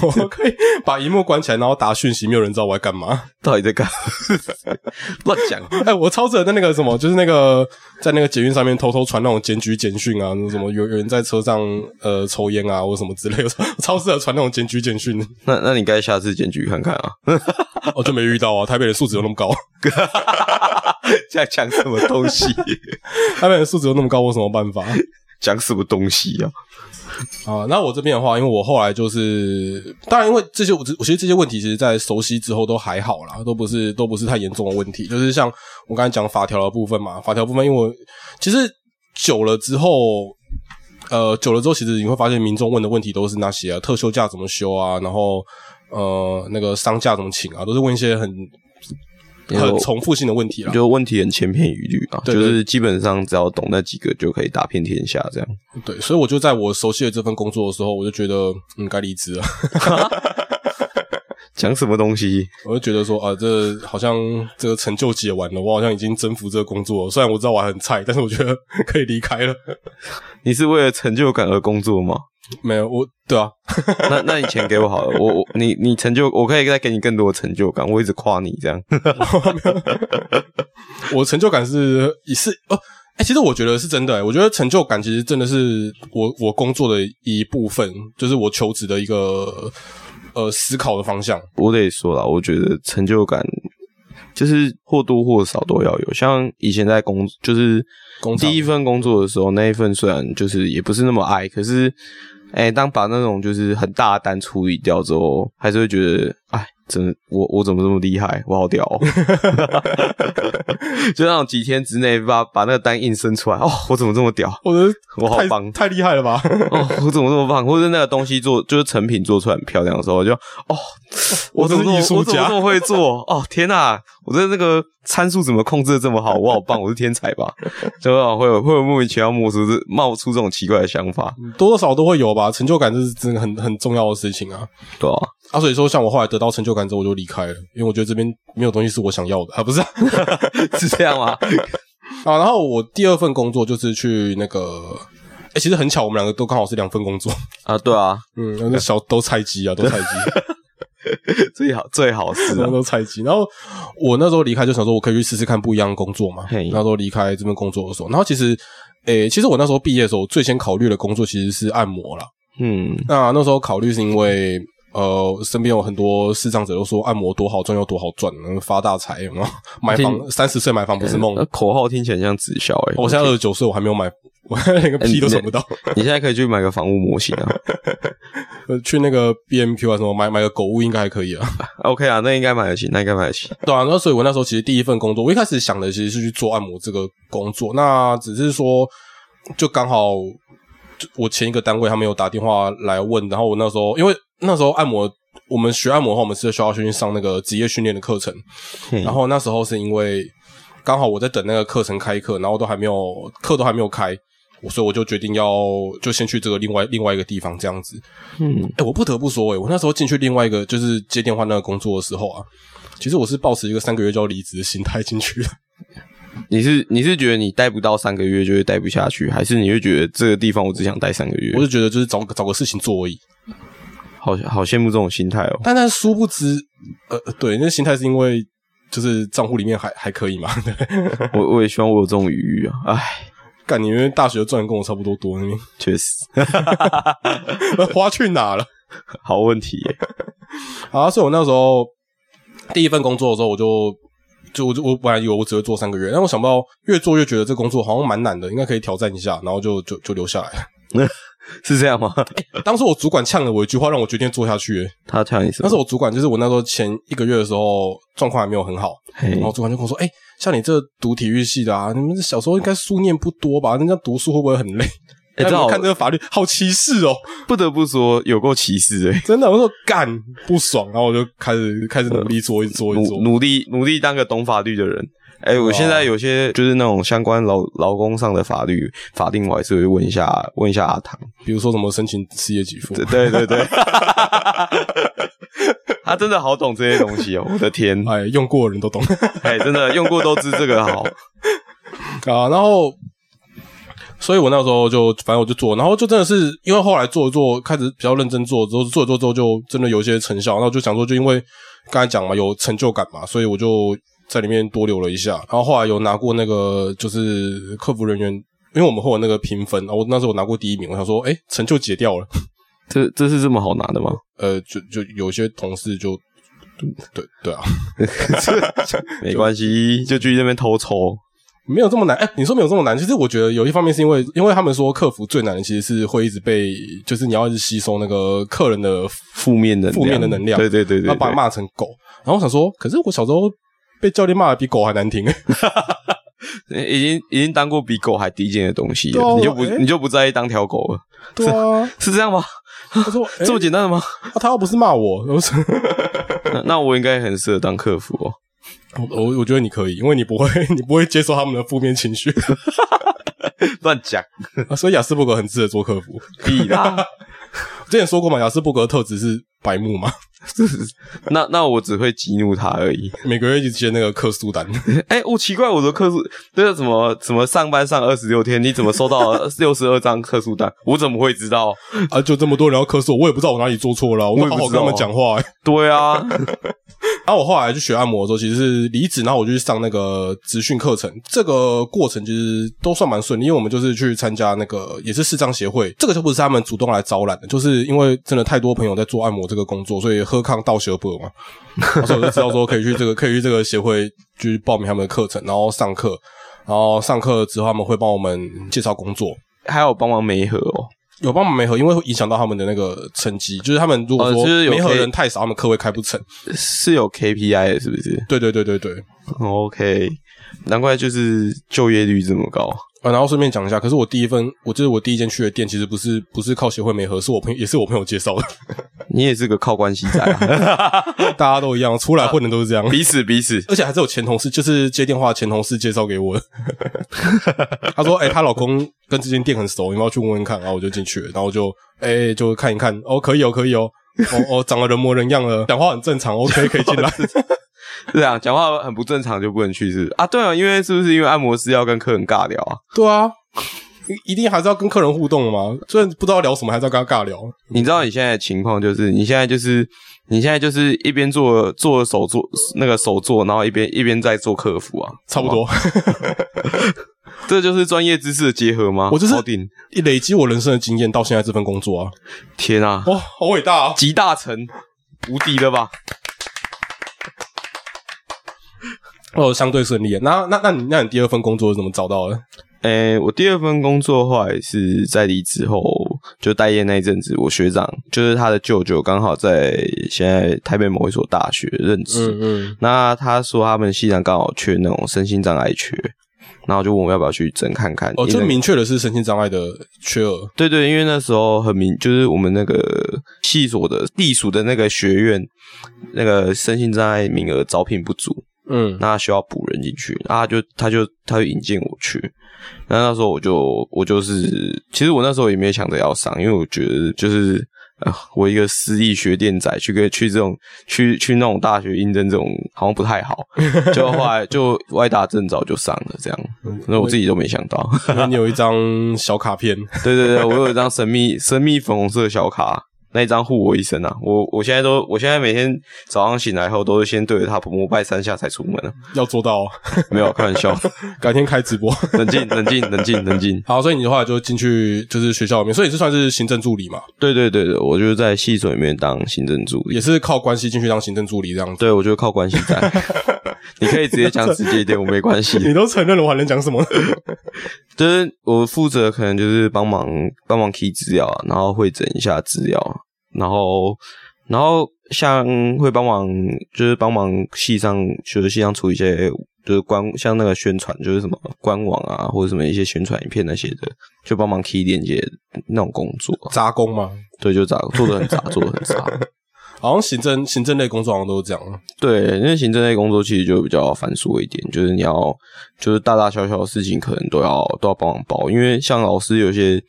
Speaker 1: 我可以把荧幕关起来，然后打讯息，没有人知道我在干嘛。
Speaker 2: 到底在干？ 乱讲。
Speaker 1: 哎、我超适合在那个什么，就是那个在那个捷运上面偷偷传那种检举简讯啊，那种什么有有人在车上呃抽烟啊，或什么之类的， 我超适合传那种检举简讯。
Speaker 2: 那那你该下次检举看看啊，
Speaker 1: 我、就没遇到啊，台北人素质有那么高，
Speaker 2: 在讲什么东西？
Speaker 1: 台北人素质有那么高，我有什么办法？
Speaker 2: 讲什么东西啊？
Speaker 1: 啊，那我这边的话，因为我后来就是，当然，因为这些我只我其实这些问题，其实在熟悉之后都还好啦，都不是都不是太严重的问题。就是像我刚才讲法条的部分嘛，法条部分，因为我其实久了之后，呃，久了之后，其实你会发现民众问的问题都是那些啊，特休假怎么休啊，然后呃，那个丧假怎么请啊，都是问一些很很重复性的问题啦。
Speaker 2: 就问题很千篇一律啊，
Speaker 1: 对
Speaker 2: 就
Speaker 1: 对
Speaker 2: 是基本上只要懂那几个就可以打遍天下这样。
Speaker 1: 对，所以我就在我熟悉的这份工作的时候，我就觉得嗯，该离职了。
Speaker 2: 讲什么东西？
Speaker 1: 我就觉得说啊，这好像这个成就解完了，我好像已经征服这个工作了。虽然我知道我还很菜，但是我觉得 可以离开了。
Speaker 2: 你是为了成就感而工作吗？
Speaker 1: 没有，我对啊，
Speaker 2: 那那你钱给我好了，我我你你成就，我可以再给你更多的成就感，我一直夸你这样。
Speaker 1: 我成就感是也是哦。哎、其实我觉得是真的、欸，我觉得成就感其实真的是我我工作的一部分，就是我求职的一个呃思考的方向。
Speaker 2: 我得说了，我觉得成就感就是或多或少都要有。像以前在工，就是
Speaker 1: 工厂
Speaker 2: 第一份工作的时候，那一份虽然就是也不是那么爱，可是哎、当把那种就是很大的单处理掉之后，还是会觉得哎，真的我我怎么这么厉害，我好屌、 哦！ 就那种几天之内把把那个单硬生出来，哦，我怎么这么屌？
Speaker 1: 我觉得
Speaker 2: 我好
Speaker 1: 太
Speaker 2: 棒
Speaker 1: 太厉害了吧？
Speaker 2: 哦，我怎么这么棒？或者那个东西做就是成品做出来很漂亮的时候，我就哦，我怎么这么
Speaker 1: 我真是艺术
Speaker 2: 我怎么
Speaker 1: 家
Speaker 2: 这么会做？哦，天哪、我的那个参数怎么控制的这么好？我好棒，我是天才吧？ 就会有会有莫名其妙冒出这冒出这种奇怪的想法，
Speaker 1: 多多少少都会有吧，成就感这是真的很很重要的事情啊。
Speaker 2: 对啊，
Speaker 1: 啊，所以说像我后来得到成就感之后，我就离开了，因为我觉得这边没有东西是我想要的啊，不是啊、
Speaker 2: 是这样吗？
Speaker 1: 啊，然后我第二份工作就是去那个，哎、其实很巧，我们两个都刚好是两份工作，
Speaker 2: 啊，对啊，
Speaker 1: 嗯， 那小都菜鸡啊，都菜鸡。
Speaker 2: 最好最好是
Speaker 1: 然
Speaker 2: 啊
Speaker 1: 后都菜鸡。然后我那时候离开就想说，我可以去试试看不一样的工作嘛。
Speaker 2: 嘿
Speaker 1: 那时候离开这份工作的时候，然后其实，诶、其实我那时候毕业的时候，最先考虑的工作其实是按摩啦。
Speaker 2: 嗯
Speaker 1: 那那时候考虑是因为。呃，身边有很多视障者都说按摩多好赚，又多好赚，能发大财，有没有？买房三十岁买房不是梦
Speaker 2: 那。口号听起来像直销哎、
Speaker 1: 哦我现在二十九岁，我还没有买，我 连个屁都存不到。
Speaker 2: 你现在可以去买个房屋模型啊
Speaker 1: 呃去那个 BMQ 啊什么买买个狗屋应该还可以啊。
Speaker 2: ，OK 啊，那应该买得起，那应该买得起。
Speaker 1: 对啊，那所以我那时候其实第一份工作，我一开始想的其实是去做按摩这个工作，那只是说就刚好就我前一个单位他们有打电话来问，然后我那时候因为那时候按摩。我们学按摩的话，我们是需要去上那个职业训练的课程。
Speaker 2: 嘿
Speaker 1: 然后那时候是因为刚好我在等那个课程开课，然后都还没有课都还没有开，我所以我就决定要就先去这个另外另外一个地方这样子。
Speaker 2: 嗯，
Speaker 1: 哎、我不得不说、欸，我那时候进去另外一个就是接电话那个工作的时候啊，其实我是抱持一个三个月就要离职的心态进去的。
Speaker 2: 你是你是觉得你待不到三个月就会待不下去，还是你会觉得这个地方我只想待三个月？
Speaker 1: 我就觉得就是找找个事情做而已。
Speaker 2: 好好羡慕这种心态 哦。
Speaker 1: 但但殊不知，呃，对，那心态是因为就是账户里面还还可以嘛。
Speaker 2: 我我也希望我有这种余裕啊，唉，
Speaker 1: 干，你因为大学赚的跟我差不多多，那边
Speaker 2: 确实
Speaker 1: 花去哪了？
Speaker 2: 好问题耶。
Speaker 1: 好啊，所以我那时候第一份工作的时候，我就。就我就我本来以为我只会做三个月，但我想不到越做越觉得这工作好像蛮难的，应该可以挑战一下，然后就就就留下来了。
Speaker 2: 是这样吗？
Speaker 1: 当时我主管呛了我一句话，让我决定做下去、欸
Speaker 2: 他呛你什
Speaker 1: 那
Speaker 2: 么？
Speaker 1: 时候我主管就是我那时候前一个月的时候状况还没有很好，
Speaker 2: 嘿
Speaker 1: 然后主管就跟我说：“哎、像你这读体育系的啊，你们小时候应该书念不多吧？人家读书会不会很累？”
Speaker 2: 哎
Speaker 1: 哎、
Speaker 2: 这好
Speaker 1: 看这个法律好歧视 哦，
Speaker 2: 不得不说有够歧视哎，
Speaker 1: 真的，我说干不爽，然后我就开始开始努力做一做一做
Speaker 2: 努，努力努力当个懂法律的人。哎、我现在有些就是那种相关劳劳工上的法律法定，我还是会问一下问一下阿唐。
Speaker 1: 比如说什么申请失业给付，
Speaker 2: 对对 对对， 他真的好懂这些东西哦，我的天，
Speaker 1: 哎，用过的人都懂
Speaker 2: 哎、真的用过都知这个好。
Speaker 1: 啊。然后，所以我那时候就反正我就做，然后就真的是因为后来做一做，开始比较认真做，之后做一做之后就真的有一些成效。然后就想说，就因为刚才讲嘛，有成就感嘛，所以我就在里面多留了一下。然后后来有拿过那个就是客服人员，因为我们会有那个评分，然后我那时候我拿过第一名，我想说，哎，成就解掉了。
Speaker 2: 这这是这么好拿的吗？
Speaker 1: 呃，就就有些同事就。对对啊，
Speaker 2: 没关系，就去那边偷抽。
Speaker 1: 没有这么难。哎、你说没有这么难，其实我觉得有一方面是因为，因为他们说客服最难的其实是会一直被，就是你要一直吸收那个客人的
Speaker 2: 负面能量
Speaker 1: 负面的能量，
Speaker 2: 对对对对对
Speaker 1: 要把他骂成狗。然后我想说，可是我小时候被教练骂的比狗还难听，
Speaker 2: 已经已经当过比狗还低贱的东西
Speaker 1: 对啊
Speaker 2: 了，你就不
Speaker 1: 哎
Speaker 2: 你就不在意当条狗了，
Speaker 1: 对 啊。
Speaker 2: 是这样吗？
Speaker 1: 他 说，哎
Speaker 2: 这么简单的吗？
Speaker 1: 啊他又不是骂我， 我说
Speaker 2: 那那我应该很适合当客服哦。
Speaker 1: 我我我觉得你可以，因为你不会， 你不会接受他们的负面情 绪，
Speaker 2: 乱讲
Speaker 1: 啊所以雅斯伯格很适合做客服。
Speaker 2: 屁啦！
Speaker 1: 之前说过嘛，雅斯伯格的特质是白目嘛，
Speaker 2: 那那我只会激怒他而已。
Speaker 1: 每个月一直接那个客诉单。
Speaker 2: 哎、我奇怪，我的客诉那个什么什么上班上二十六天，你怎么收到六十二张客诉单？我怎么会知道？
Speaker 1: 啊，就这么多人要咳嗽，我也不知道我哪里做错了啊，我都
Speaker 2: 我也不
Speaker 1: 好好
Speaker 2: 知
Speaker 1: 跟
Speaker 2: 道
Speaker 1: 他们讲话、欸。
Speaker 2: 对啊，
Speaker 1: 然啊后我后来去学按摩的时候，其实是离职，然后我就去上那个职训课程。这个过程其实都算蛮顺利，因为我们就是去参加那个也是视障协会，这个就不是他们主动来招揽的，就是因为真的太多朋友在做按摩这个工作，所以喝康道学博嘛，所以我就知道说可以去这个可以去这个协会去报名他们的课程，然后上课，然后上课之后他们会帮我们介绍工作。
Speaker 2: 还有帮忙媒合哦。
Speaker 1: 有帮忙媒合，因为会影响到他们的那个成绩，就是他们如果
Speaker 2: 哦
Speaker 1: 说
Speaker 2: 就是有
Speaker 1: 媒合
Speaker 2: 可以
Speaker 1: 人太少，他们课会开不成。
Speaker 2: 是有 KPI 的，是不是
Speaker 1: 对对对对对。
Speaker 2: ？OK，难怪就是就业率这么高。
Speaker 1: 啊，然后顺便讲一下，可是我第一份，我就是我第一间去的店，其实不是不是靠协会媒合，是我朋友也是我朋友介绍的，
Speaker 2: 你也是个靠关系仔、啊，
Speaker 1: 大家都一样，出来混的都是这样，
Speaker 2: 彼此彼此。
Speaker 1: 而且还是有前同事，就是接电话前同事介绍给我的， 他说，哎、她老公跟这间店很熟，你要不要去问问看？然后我就进去了，然后就，哎、就看一看，哦，可以哦，可以哦，哦哦，长得人模人样了，讲话很正常，OK，可以进来。
Speaker 2: 是啊，讲话很不正常就不能去是不是啊？对啊，因为是不是因为按摩师要跟客人尬聊啊？
Speaker 1: 对啊，一定还是要跟客人互动的嘛。虽然不知道聊什么，还是要跟他尬聊。
Speaker 2: 你知道你现在的情况就是，你现在就是你现在就是一边做做手做那个手做，然后一边一边在做客服啊，
Speaker 1: 差不多，
Speaker 2: 这就是专业知识的结合吗？
Speaker 1: 我就是
Speaker 2: 好顶，
Speaker 1: 累积我人生的经验到现在这份工作啊，
Speaker 2: 天啊，
Speaker 1: 哇，好伟大啊！
Speaker 2: 集大成，无敌了吧？
Speaker 1: 哦，相对顺利。那那那你那你第二份工作是怎么找到的？
Speaker 2: 诶、我第二份工作后来是在离职后就待业那一阵子，我学长就是他的舅舅，刚好在现在台北某一所大学任职。
Speaker 1: 嗯，
Speaker 2: 那他说他们系上刚好缺那种身心障碍缺，然后就问我要不要去争看看。
Speaker 1: 哦，
Speaker 2: 因
Speaker 1: 就
Speaker 2: 为
Speaker 1: 明确的是身心障碍的缺额。
Speaker 2: 对对，因为那时候很明，就是我们那个系所的地属的那个学院，那个身心障碍名额招聘不足，
Speaker 1: 嗯
Speaker 2: 那需要补人进去，那他就他就他就引荐我去，那那时候我就我就是，其实我那时候也没有想着要上，因为我觉得就是。呃，我一个私立学店仔去跟去这种去去那种大学应征这种好像不太好，就后来就歪打正着就上了这样，那我自己都没想到。
Speaker 1: 因为你有一张小卡片，
Speaker 2: 对对对，我有一张神秘神秘粉红色的小卡，那一张护我一生啊！我我现在都，我现在每天早上醒来后都是先对着它膜拜三下才出门啊。
Speaker 1: 要做到哦，
Speaker 2: 没有开玩笑，
Speaker 1: 改天开直播。
Speaker 2: 冷静冷静冷静冷静。
Speaker 1: 好，所以你的话就进去就是学校里面，所以你是算是行政助理嘛，
Speaker 2: 对对对对，我就是在系所里面当行政助理
Speaker 1: 也，是靠关系进去当行政助理这样子。
Speaker 2: 对我就是靠关系在。 你可以直接讲直接一点，我没关系。
Speaker 1: 你都承认了，我还能讲什么？
Speaker 2: 就是我负责可能就是帮忙帮忙 key 资料啊，然后会整一下资料啊，然后然后像会帮忙就是帮忙系上就是系上处理一些就是官像那个宣传就是什么官网啊或者什么一些宣传影片那些的，就帮忙 key 链接那种工作啊、
Speaker 1: 杂工吗？
Speaker 2: 对，就杂做的很杂，做的很杂。
Speaker 1: 好像行政行政类工作好像都是这样。
Speaker 2: 对，因为行政类工作其实就比较繁琐一点，就是你要就是大大小小的事情可能都要都要帮忙包，因为像老师有些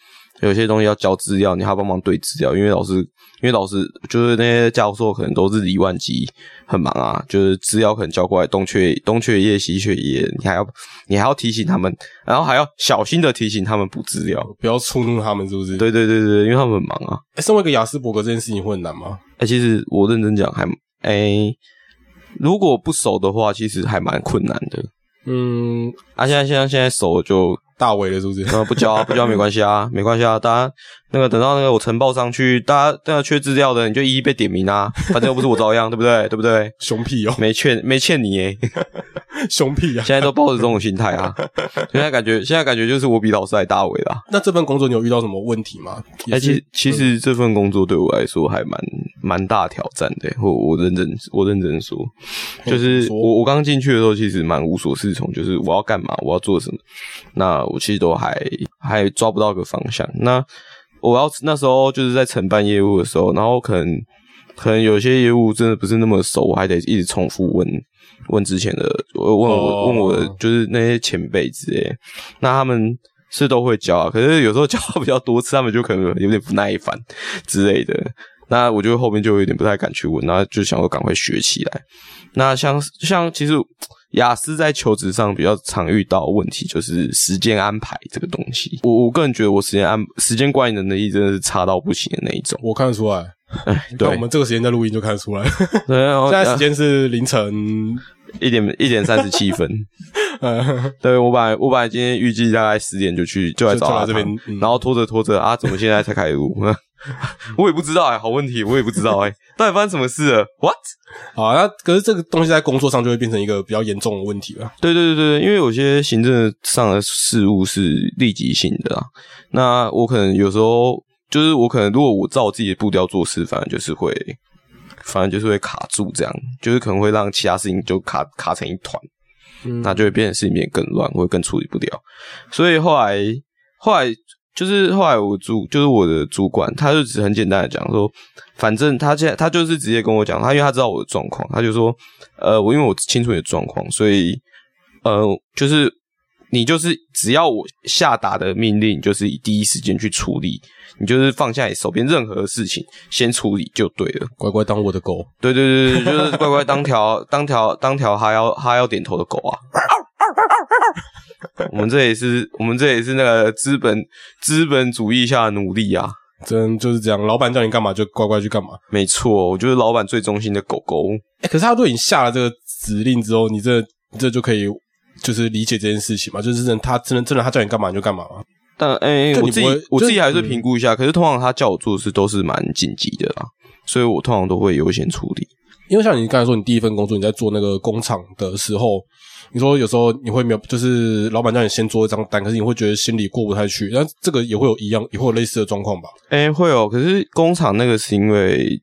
Speaker 2: 有些东西要交资料，你还要帮忙对资料，因为老师因为老师就是那些教授可能都日理万机，很忙啊，就是资料可能交过来东缺东缺一页西缺一页，你还要你还要提醒他们，然后还要小心的提醒他们补资料。
Speaker 1: 不要触怒他们，是不是？
Speaker 2: 对对对对，因为他们很忙啊。
Speaker 1: 欸身为一个雅斯伯格，这件事情会很难吗？
Speaker 2: 哎、其实我认真讲还哎、如果不熟的话，其实还蛮困难的。
Speaker 1: 嗯，
Speaker 2: 啊，现在现在现在手就
Speaker 1: 大伟了，是不是？
Speaker 2: 呃不交啊，不交没关系啊，没关系啊，大家那个等到那个我呈报上去，大家那个缺资料的你就一一被点名啊，反正又不是我遭殃，对 不对？对不对？
Speaker 1: 熊屁哦，
Speaker 2: 没欠没欠你耶，
Speaker 1: 熊屁啊！
Speaker 2: 现在都抱着这种心态 啊，现在感觉现在感觉就是我比老师还大伟啦。
Speaker 1: 那这份工作你有遇到什么问题吗？
Speaker 2: 哎、
Speaker 1: 也
Speaker 2: 其
Speaker 1: 是嗯
Speaker 2: 其实这份工作对我来说还蛮蛮大挑战的。我我认真我认真说，就是
Speaker 1: 怎么说
Speaker 2: 我我刚进去的时候，其实蛮无所适从，就是我要干嘛，我要做什么，那我其实都还还抓不到个方向。那我要那时候就是在承办业务的时候，然后可能可能有些业务真的不是那么熟，我还得一直重复问问之前的问我、
Speaker 1: 哦
Speaker 2: 问我的就是那些前辈之类的，那他们是都会教啊，可是有时候教比较多次，他们就可能有点不耐烦之类的。那我就后面就有点不太敢去问，然后就想说赶快学起来。那像像其实雅思在求职上比较常遇到的问题就是时间安排这个东西。我我个人觉得我时间安时间管理的能力真的是差到不行的那一种。
Speaker 1: 我看得出来，那我
Speaker 2: 哎对，哦啊
Speaker 1: 们这个时间在录音就看得出来。
Speaker 2: 对然后
Speaker 1: 现在时间是凌晨，
Speaker 2: 一点一点三十七 分。
Speaker 1: 呃，
Speaker 2: 对我本来我本来今天预计大概十点就去就来
Speaker 1: 就
Speaker 2: 找
Speaker 1: 就来
Speaker 2: 他
Speaker 1: 这边
Speaker 2: 谈
Speaker 1: 嗯
Speaker 2: 然后拖着拖着啊，怎么现在才开始录？ 我也不知道哎、好问题，我也不知道哎、到底发生什么事了？What？
Speaker 1: 好，啊那可是这个东西在工作上就会变成一个比较严重的问题了。
Speaker 2: 对对对对，因为有些行政上的事务是立即性的啦。那我可能有时候就是我可能如果我照自己的步调做事，反正就是会，反正就是会卡住，这样就是可能会让其他事情就卡卡成一团，
Speaker 1: 嗯
Speaker 2: 那就会变成事情变得更乱，会更处理不了。所以后来后来就是后来我主就是我的主管，他就只很简单的讲说，反正他现在他就是直接跟我讲，他因为他知道我的状况，他就说，呃，我因为我清楚你的状况，所以呃，就是。你就是只要我下达的命令，你就是以第一时间去处理，你就是放下你手边任何的事情，先处理就对了。
Speaker 1: 乖乖当我的狗，
Speaker 2: 对对对对，就是乖乖当条 当条当条哈腰哈腰点头的狗啊！ 我们这也是我们这也是那个资本资本主义下的奴隶啊！
Speaker 1: 真就是这样。老板叫你干嘛就乖乖去干嘛。
Speaker 2: 没错，我就是老板最忠心的狗狗。
Speaker 1: 欸可是他对你下了这个指令之后，你这你这就可以就是理解这件事情嘛？就是真的他真的真的他叫你干嘛你就干嘛嘛。
Speaker 2: 但哎、
Speaker 1: 就
Speaker 2: 我
Speaker 1: 你
Speaker 2: 自
Speaker 1: 不会
Speaker 2: 己我
Speaker 1: 就
Speaker 2: 自己还是
Speaker 1: 嗯
Speaker 2: 评估一下，可是通常他叫我做的事都是蛮紧急的啦，所以我通常都会优先处理。
Speaker 1: 因为像你刚才说，你第一份工作你在做那个工厂的时候，你说有时候你会没有，就是老板叫你先做一张单，可是你会觉得心里过不太去。那这个也会有一样，也会有类似的状况吧？
Speaker 2: 哎、会哦，可是工厂那个是因为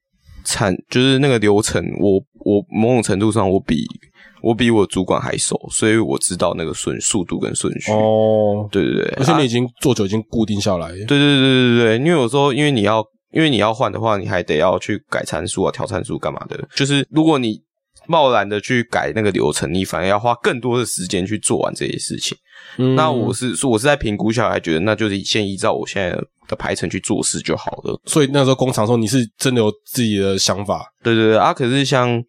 Speaker 2: 产就是那个流程，我我某种程度上我比我比我主管还熟，所以我知道那个顺速度跟顺序。
Speaker 1: 哦，
Speaker 2: 对对对，
Speaker 1: 而且
Speaker 2: 啊
Speaker 1: 你已经做久，已经固定下来。
Speaker 2: 对对对对对，因为有时候因为你要因为你要换的话，你还得要去改参数啊、调参数干嘛的。就是如果你贸然的去改那个流程，你反而要花更多的时间去做完这些事情。
Speaker 1: 嗯
Speaker 2: 那我是我是在评估下来，觉得那就是先依照我现在的排程去做事就好了。
Speaker 1: 所以那时候工厂的时候，你是真的有自己的想法，
Speaker 2: 对对对啊！可是像，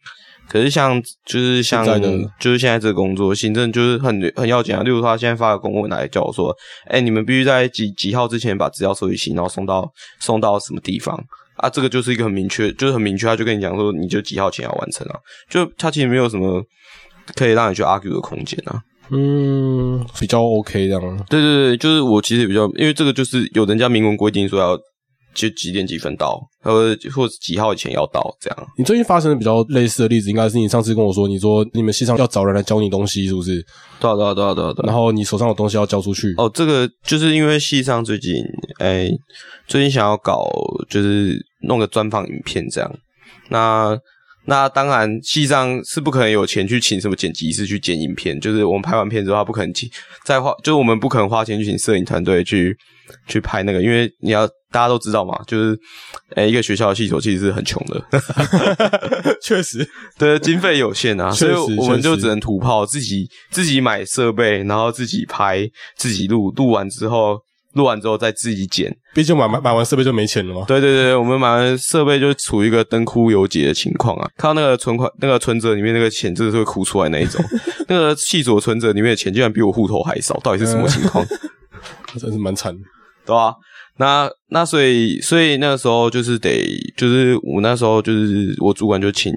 Speaker 2: 可是像，就是像
Speaker 1: 现在呢，
Speaker 2: 就是现在这个工作，行政就是很很要紧啊。例如他现在发个公文来叫我说，哎、你们必须在几几号之前把资料收集齐，然后送到送到什么地方啊？这个就是一个很明确，就是很明确，他就跟你讲说，你就几号前要完成啊。就他其实没有什么可以让你去 argue 的空间啊。
Speaker 1: 嗯，比较 OK 这样。
Speaker 2: 对对对，就是我其实也比较，因为这个就是有人家明文规定说要就几点几分到，或者或者几号以前要到这样。
Speaker 1: 你最近发生的比较类似的例子，应该是你上次跟我说，你说你们系上要找人来教你东西，是不是？
Speaker 2: 对啊对啊对啊对啊对啊。
Speaker 1: 然后你手上有东西要交出去。
Speaker 2: 哦，这个就是因为系上最近，哎、最近想要搞就是弄个专访影片这样。那那当然，系上是不可能有钱去请什么剪辑师去剪影片，就是我们拍完片之后，他不可能请再花，就是我们不可能花钱去请摄影团队去去拍那个，因为你要大家都知道嘛，就是哎、一个学校的系所其实是很穷的，
Speaker 1: 确实，
Speaker 2: 对，经费有限啊，所
Speaker 1: 确
Speaker 2: 以
Speaker 1: 实
Speaker 2: 我们就
Speaker 1: 确实
Speaker 2: 只能土炮，自己自己买设备，然后自己拍，自己录，录完之后。录完之后再自己剪，
Speaker 1: 毕竟买买买完设备就没钱了嘛。
Speaker 2: 对对对，我们买完设备就处于一个灯枯油竭的情况啊！看到那个存款、那个存折里面那个钱，真的是会哭出来 那一种。那个系所存折里面的钱，竟然比我户头还少，到底是什么情况？
Speaker 1: 真是蛮惨的。
Speaker 2: 对啊，那那所以所以那个时候就是得，就是我那时候就是我主管就请，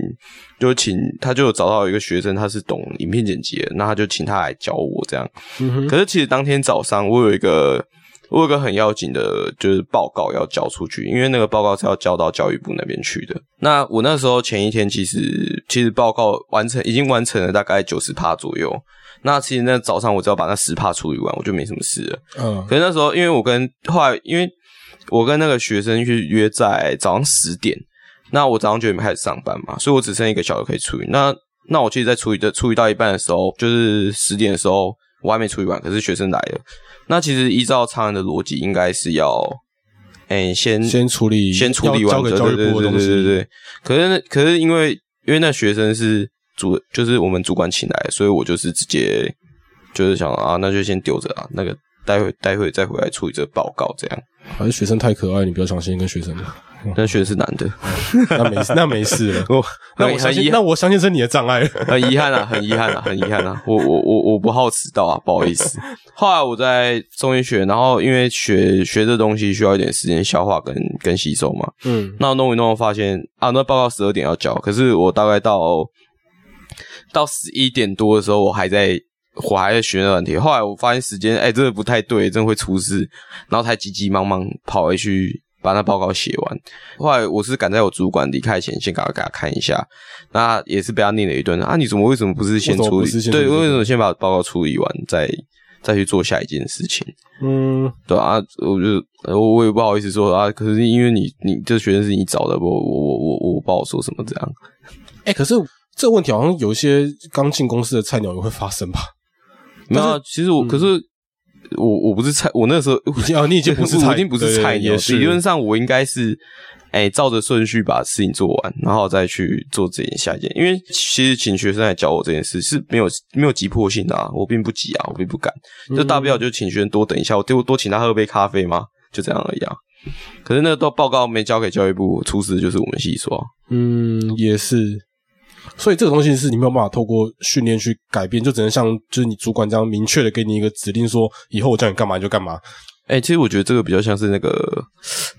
Speaker 2: 就请他就有找到一个学生，他是懂影片剪辑的，那他就请他来教我这样。
Speaker 1: 嗯哼，
Speaker 2: 可是其实当天早上我有一个我有一个很要紧的，就是报告要交出去，因为那个报告是要交到教育部那边去的。那我那时候前一天其实其实报告完成已经完成了大概九十趴左右。那其实那早上我只要把那十趴处理完，我就没什么事了。
Speaker 1: 嗯，
Speaker 2: 可是那时候，因为我跟后来，因为我跟那个学生去约在早上十点，那我早上九点开始上班嘛，所以我只剩一个小时可以处理。那那我其实，在处理的处理到一半的时候，就是十点的时候，我还没处理完，可是学生来了。那其实依照常人的逻辑，应该是要，哎、先
Speaker 1: 先处理，
Speaker 2: 先处理
Speaker 1: 要
Speaker 2: 完
Speaker 1: 交给
Speaker 2: 对
Speaker 1: 教
Speaker 2: 对
Speaker 1: 育部的
Speaker 2: 对
Speaker 1: 东西。
Speaker 2: 对对对对可是那可是因为因为那学生是主，就是我们主管请来的，所以我就是直接就是想啊，那就先丢着啊，那个待会待会再回来处理这个报告这样。
Speaker 1: 还是学生太可爱，你不要相信跟学生。
Speaker 2: 那学生是男的，
Speaker 1: 那没事，那没事了。
Speaker 2: 我
Speaker 1: 那
Speaker 2: 很
Speaker 1: 我相
Speaker 2: 很
Speaker 1: 信，
Speaker 2: 遗
Speaker 1: 那我相信是你的障碍。
Speaker 2: 很遗憾啊，很遗憾啊，很遗憾啊！我我我我不好迟到啊，不好意思。后来我在中医学，然后因为学学这东西需要一点时间消化跟跟吸收嘛，
Speaker 1: 嗯，
Speaker 2: 那我弄一弄，发现啊，那报告十二点要交，可是我大概到到十一点多的时候，我还在我还在学那软体。后来我发现时间，哎、真的不太对，真的会出事，然后才急急忙忙跑回去把那报告写完。后来我是赶在我主管离开前，先给他给他看一下，那也是被他念了一顿啊，你怎么为什么不是先
Speaker 1: 为什么
Speaker 2: 处
Speaker 1: 不
Speaker 2: 理
Speaker 1: 是？先处理
Speaker 2: 对，为什么先把报告处理完再再去做下一件事情？
Speaker 1: 嗯，
Speaker 2: 对啊，我就呃我我也不好意思说啊，可是因为你你这学生是你找的，我我我我我不好说什么这样。
Speaker 1: 哎，可是这个问题好像有一些刚进公司的菜鸟也会发生吧？
Speaker 2: 没有啊，其实我、可是我我不是菜，我那时候
Speaker 1: 已经啊，你已经不是
Speaker 2: 我
Speaker 1: 菜，
Speaker 2: 已经不
Speaker 1: 对
Speaker 2: 是
Speaker 1: 对
Speaker 2: 菜
Speaker 1: 对
Speaker 2: 鸟
Speaker 1: 也，是
Speaker 2: 理论上我应该是。哎、照着顺序把事情做完，然后再去做这件下一件。因为其实请学生来教我这件事是没有没有急迫性的啊，我并不急啊，我并不赶，
Speaker 1: 嗯
Speaker 2: 就大不了就请学生多等一下，我多多请他喝杯咖啡嘛，就这样而已啊。可是那个都报告没交给教育部，出事就是我们系啊说、
Speaker 1: 嗯，也是。所以这个东西是你没有办法透过训练去改变，就只能像就是你主管这样明确的给你一个指令说以后我叫你干嘛你就干嘛。
Speaker 2: 哎、其实我觉得这个比较像是那个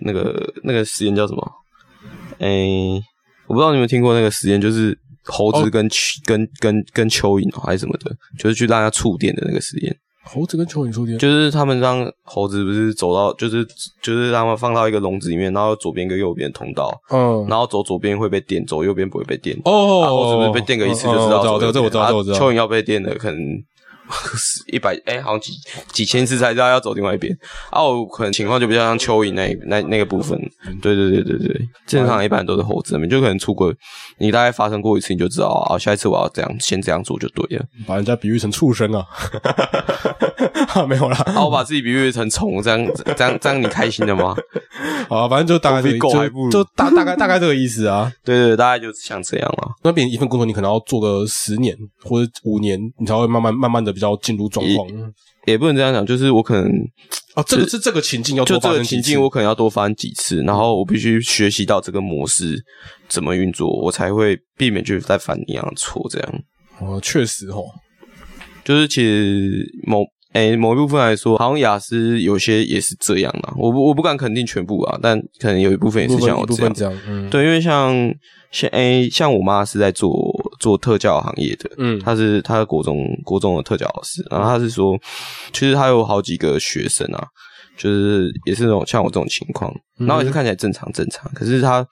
Speaker 2: 那个那个实验叫什么？哎、我不知道你有没有听过那个实验，就是猴子跟、蛆跟跟跟蚯蚓、哦、还是什么的，就是去让它触电的那个实验。
Speaker 1: 猴子跟蚯蚓触电，
Speaker 2: 就是他们让猴子不是走到，就是就是让他们放到一个笼子里面，然后左边跟右边通道，
Speaker 1: 嗯，
Speaker 2: 然后走左边会被电，走右边不会被电。
Speaker 1: 哦，
Speaker 2: 啊猴子不是被电个一次就知
Speaker 1: 嗯嗯
Speaker 2: 道
Speaker 1: 嗯我知
Speaker 2: 左
Speaker 1: 道，
Speaker 2: 右边，
Speaker 1: 这个我知道，
Speaker 2: 啊
Speaker 1: 这个我知道。
Speaker 2: 蚯蚓要被电的可能 一百哎，好像几几千次才知道要走另外一边。啊，我可能情况就比较像蚯蚓那一那那个部分。
Speaker 1: 嗯
Speaker 2: 对对对对对，正常一般都是猴子那边，就可能出轨，你大概发生过一次你就知道啊，下一次我要这样先这样做就 对了。
Speaker 1: 把人家比喻成畜生啊， 哈，没有啦，
Speaker 2: 啊，我把自己比喻成虫，这样 这样这样你开心的吗？
Speaker 1: 好啊，反正就大概这个
Speaker 2: 我比狗还不
Speaker 1: 就
Speaker 2: 如
Speaker 1: 就大大概大概这个意思啊。
Speaker 2: 对对，对大概就像这样了。
Speaker 1: 那边一份工作你可能要做个十年或者五年，你才会慢慢慢慢的比较进入状况。
Speaker 2: 也不能这样讲，就是我可能
Speaker 1: 哦，这个是这个情境要
Speaker 2: 就
Speaker 1: 多
Speaker 2: 这
Speaker 1: 发
Speaker 2: 个
Speaker 1: 生几
Speaker 2: 情
Speaker 1: 次
Speaker 2: 境，我可能要多翻几次，然后我必须学习到这个模式怎么运作，我才会避免去再犯一样的错。这样
Speaker 1: 哦，确实哦，
Speaker 2: 就是其实某诶、某一部分来说，好像雅思有些也是这样啦。我不我不敢肯定全部啊，但可能有一部分也
Speaker 1: 一
Speaker 2: 是
Speaker 1: 部分
Speaker 2: 像我
Speaker 1: 一部
Speaker 2: 这样
Speaker 1: 分。这样，嗯，
Speaker 2: 对，因为像像诶、像我妈是在做做特教行业的，
Speaker 1: 嗯
Speaker 2: 他是他的国中国中的特教老师，然后他是说，其实他有好几个学生啊，就是也是那种像我这种情况，
Speaker 1: 嗯
Speaker 2: 然后也是看起来正常正常，可是他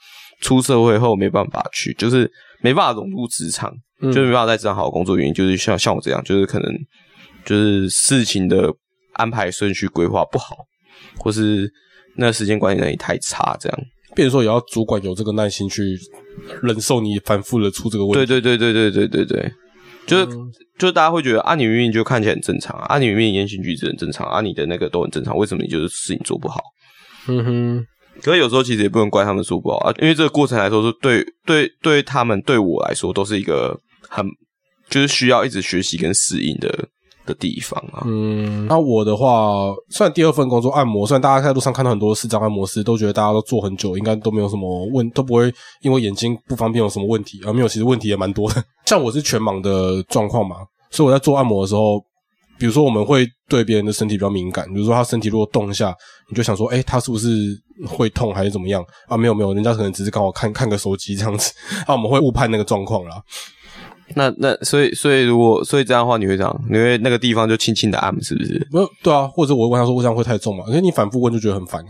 Speaker 2: 出社会后没办法去，就是没办法融入职场，
Speaker 1: 嗯
Speaker 2: 就是没办法在职场好好工作，原因就是像像我这样，就是可能就是事情的安排顺序规划不好，或是那时间管理能力太差，这样。
Speaker 1: 变成说也要主管有这个耐心去忍受你反复的出这个问
Speaker 2: 对
Speaker 1: 题。嗯
Speaker 2: 对对对对对对对，就是、就是大家会觉得啊，你明明就看起来很正常啊，啊你明明言行举止很正常啊，你的那个都很正常，为什么你就是事情做不好？
Speaker 1: 嗯哼，
Speaker 2: 可是有时候其实也不能怪他们做不好啊，因为这个过程来说，是对对对他们对我来说都是一个很就是需要一直学习跟适应的的地方啊。
Speaker 1: 嗯，那我的话，虽然第二份工作按摩，虽然大家在路上看到很多视障按摩师，都觉得大家都做很久，应该都没有什么问，都不会因为眼睛不方便有什么问题，而、没有，其实问题也蛮多的。 像我是全盲的状况嘛，所以我在做按摩的时候，比如说我们会对别人的身体比较敏感，比如说他身体如果动一下，你就想说，哎、他是不是会痛还是怎么样啊？没有没有，人家可能只是刚好看看个手机这样子， 啊，我们会误判那个状况啦。
Speaker 2: 那那所以所以如果所以这样的话，你会这样，你会那个地方就轻轻的按，是不是？
Speaker 1: 没有对啊，或者我问他说我这样会太重嘛？可是你反复问就觉得很烦。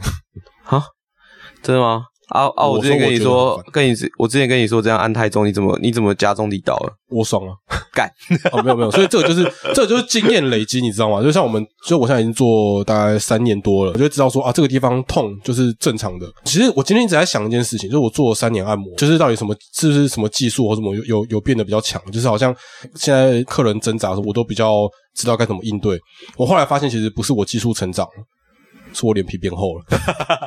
Speaker 2: 真的吗？啊啊！
Speaker 1: 我
Speaker 2: 我之前
Speaker 1: 说
Speaker 2: 跟
Speaker 1: 我
Speaker 2: 你
Speaker 1: 觉得
Speaker 2: 说
Speaker 1: 很，
Speaker 2: 跟你我之前跟你说这样按太重，你怎么你怎么加重力道了？
Speaker 1: 我爽啊，
Speaker 2: 干
Speaker 1: 哦，没有没有，所以这个就是 这个就是经验累积，你知道吗？就像我们，就我现在已经做大概三年多了，我就会知道说啊，这个地方痛就是正常的。其实我今天一直在想一件事情，就是我做了三年按摩，就是到底什么是不是什么技术或什么有有有变得比较强，就是好像现在客人挣扎的时候，我都比较知道该怎么应对。我后来发现，其实不是我技术成长了。是我脸皮变厚了，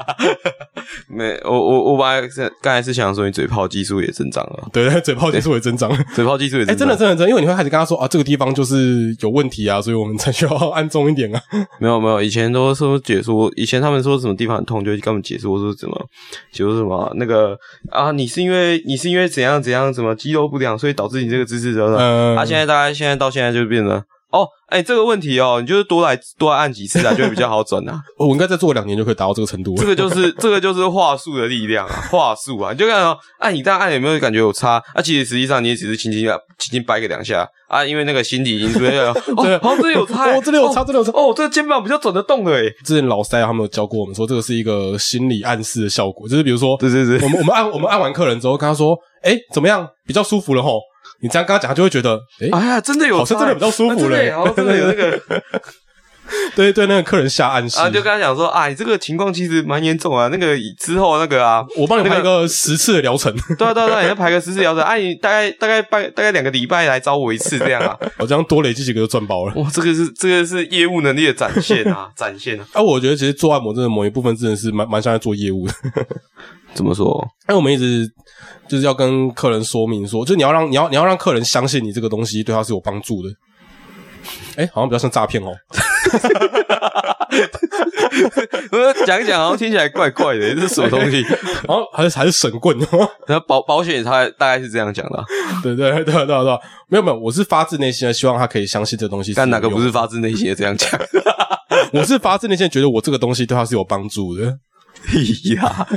Speaker 2: 没，我我我本来是刚才是想说你嘴炮技术也增长了，
Speaker 1: 对，嘴炮技术也增长了。
Speaker 2: 嘴炮技术也
Speaker 1: 哎、真
Speaker 2: 增长
Speaker 1: 的，真的，真的，因为你会开始跟他说啊，这个地方就是有问题啊，所以我们才需要 按重一点啊。
Speaker 2: 没有没有，以前都说解说，以前他们说什么地方很痛，就跟我们解说说怎么解说什么那个啊，你是因为你是因为怎样怎样怎么肌肉不良，所以导致你这个姿势怎么怎么，
Speaker 1: 嗯，
Speaker 2: 啊，现在大概现在到现在就变成哦，哎、这个问题哦，你就是多来多来按几次啊，就会比较好转啊。
Speaker 1: 哦我应该再做两年就可以达到这个程度
Speaker 2: 这
Speaker 1: 了。
Speaker 2: 个就是这个就是话术的力量啊，话术啊，你就看哦，哎、你这样按有没有感觉有差？啊，其实实际上你也只是轻轻地轻轻掰个两下啊，因为那个心理因素， 哦，好像这里有差、欸，
Speaker 1: 哦，这里有差，
Speaker 2: 哦，
Speaker 1: 这里有差。
Speaker 2: 哦这个肩膀比较转得动了、 欸，
Speaker 1: 之前老塞他们有教过我们说，这个是一个心理暗示的效果，就是比如说，
Speaker 2: 对对对
Speaker 1: 我们我们按我们按完客人之后，跟他说，哎，怎么样，比较舒服了吼？你这样跟他讲，他就会觉得，哎，
Speaker 2: 哎呀，真的有
Speaker 1: 好
Speaker 2: 差欸，
Speaker 1: 像真的比较舒
Speaker 2: 啊
Speaker 1: 服
Speaker 2: 真 的
Speaker 1: 了
Speaker 2: 欸，好像真的有那个。
Speaker 1: 对对，那个客人下暗示，
Speaker 2: 然后就跟他讲说啊，你这个情况其实蛮严重啊，那个之后那个啊，
Speaker 1: 我帮你
Speaker 2: 那
Speaker 1: 排
Speaker 2: 个
Speaker 1: 个十次的疗程。
Speaker 2: 对啊对啊对啊，你要排个十次疗程，啊，你大概大概半大概两个礼拜来找我一次这样啊，
Speaker 1: 我这样多累积几个就赚饱 了。
Speaker 2: 哇，这个是这个是业务能力的展现啊，展现啊，
Speaker 1: 啊，我觉得其实做按摩真的某一部分真的是蛮蛮像在做业务的，
Speaker 2: 怎么说？
Speaker 1: 因为我们一直就是要跟客人说明说，就你要让你要你要让客人相信你这个东西对他是有帮助的。哎、好像比较像诈骗哦。
Speaker 2: 我讲一讲，好像听起来怪怪的，这是什么东 西？
Speaker 1: 然后还是还是神棍， 对
Speaker 2: 然后保保险，它大概是这样讲的啊、
Speaker 1: 对对对对对，没有没有，我是发自内心的希望他可以相信这东西。
Speaker 2: 但哪个不是？发自内心的这样 讲？
Speaker 1: 我是发自内心地觉得我这个东西对他是有帮助的。
Speaker 2: 嘿哎呀，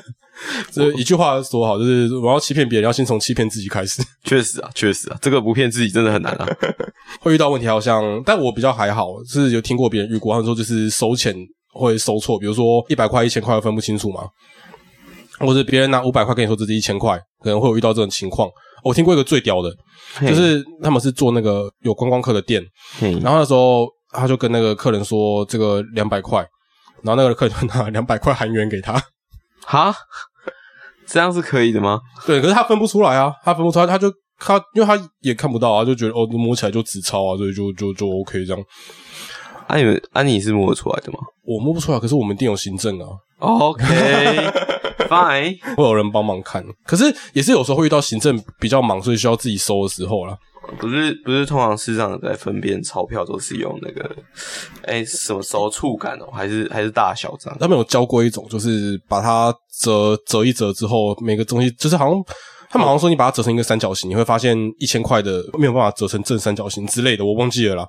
Speaker 1: 这一句话说好，就是我要欺骗别人，要先从欺骗自己开始。
Speaker 2: 确实啊，确实啊，这个不骗自己真的很难啊。
Speaker 1: 会遇到问题，好像但我比较还好，是有听过别人遇过，他们说就是收钱会收错，比如说一百块、一千块分不清楚嘛，或者别人拿五百块跟你说这是一千块，可能会有遇到这种情况。哦我听过一个最屌的，就是他们是做那个有观光客的店，
Speaker 2: 嘿
Speaker 1: 然后那时候他就跟那个客人说这个两百块，然后那个客人就拿 两百块韩元给他，
Speaker 2: 哈，这样是可以的吗？
Speaker 1: 对，可是他分不出来啊，他分不出来，他就他因为他也看不到啊，就觉得哦摸起来就纸钞啊，所以就就就 OK 这样。
Speaker 2: 啊，你们啊，你是摸得出来的吗
Speaker 1: 我摸不出来，可是我们店有行政啊，
Speaker 2: ？OK，fine，
Speaker 1: 会有人帮忙看。可是也是有时候会遇到行政比较忙，所以需要自己收的时候啦。
Speaker 2: 不是不是，通常市场在分辨钞票都是用那个，哎、什么时候触感哦，还是还是大小这样？
Speaker 1: 他们有教过一种，就是把它折折一折之后，每个东西就是好像他们好像说你把它折成一个三角形，你会发现一千块的没有办法折成正三角形之类的，我忘记了啦。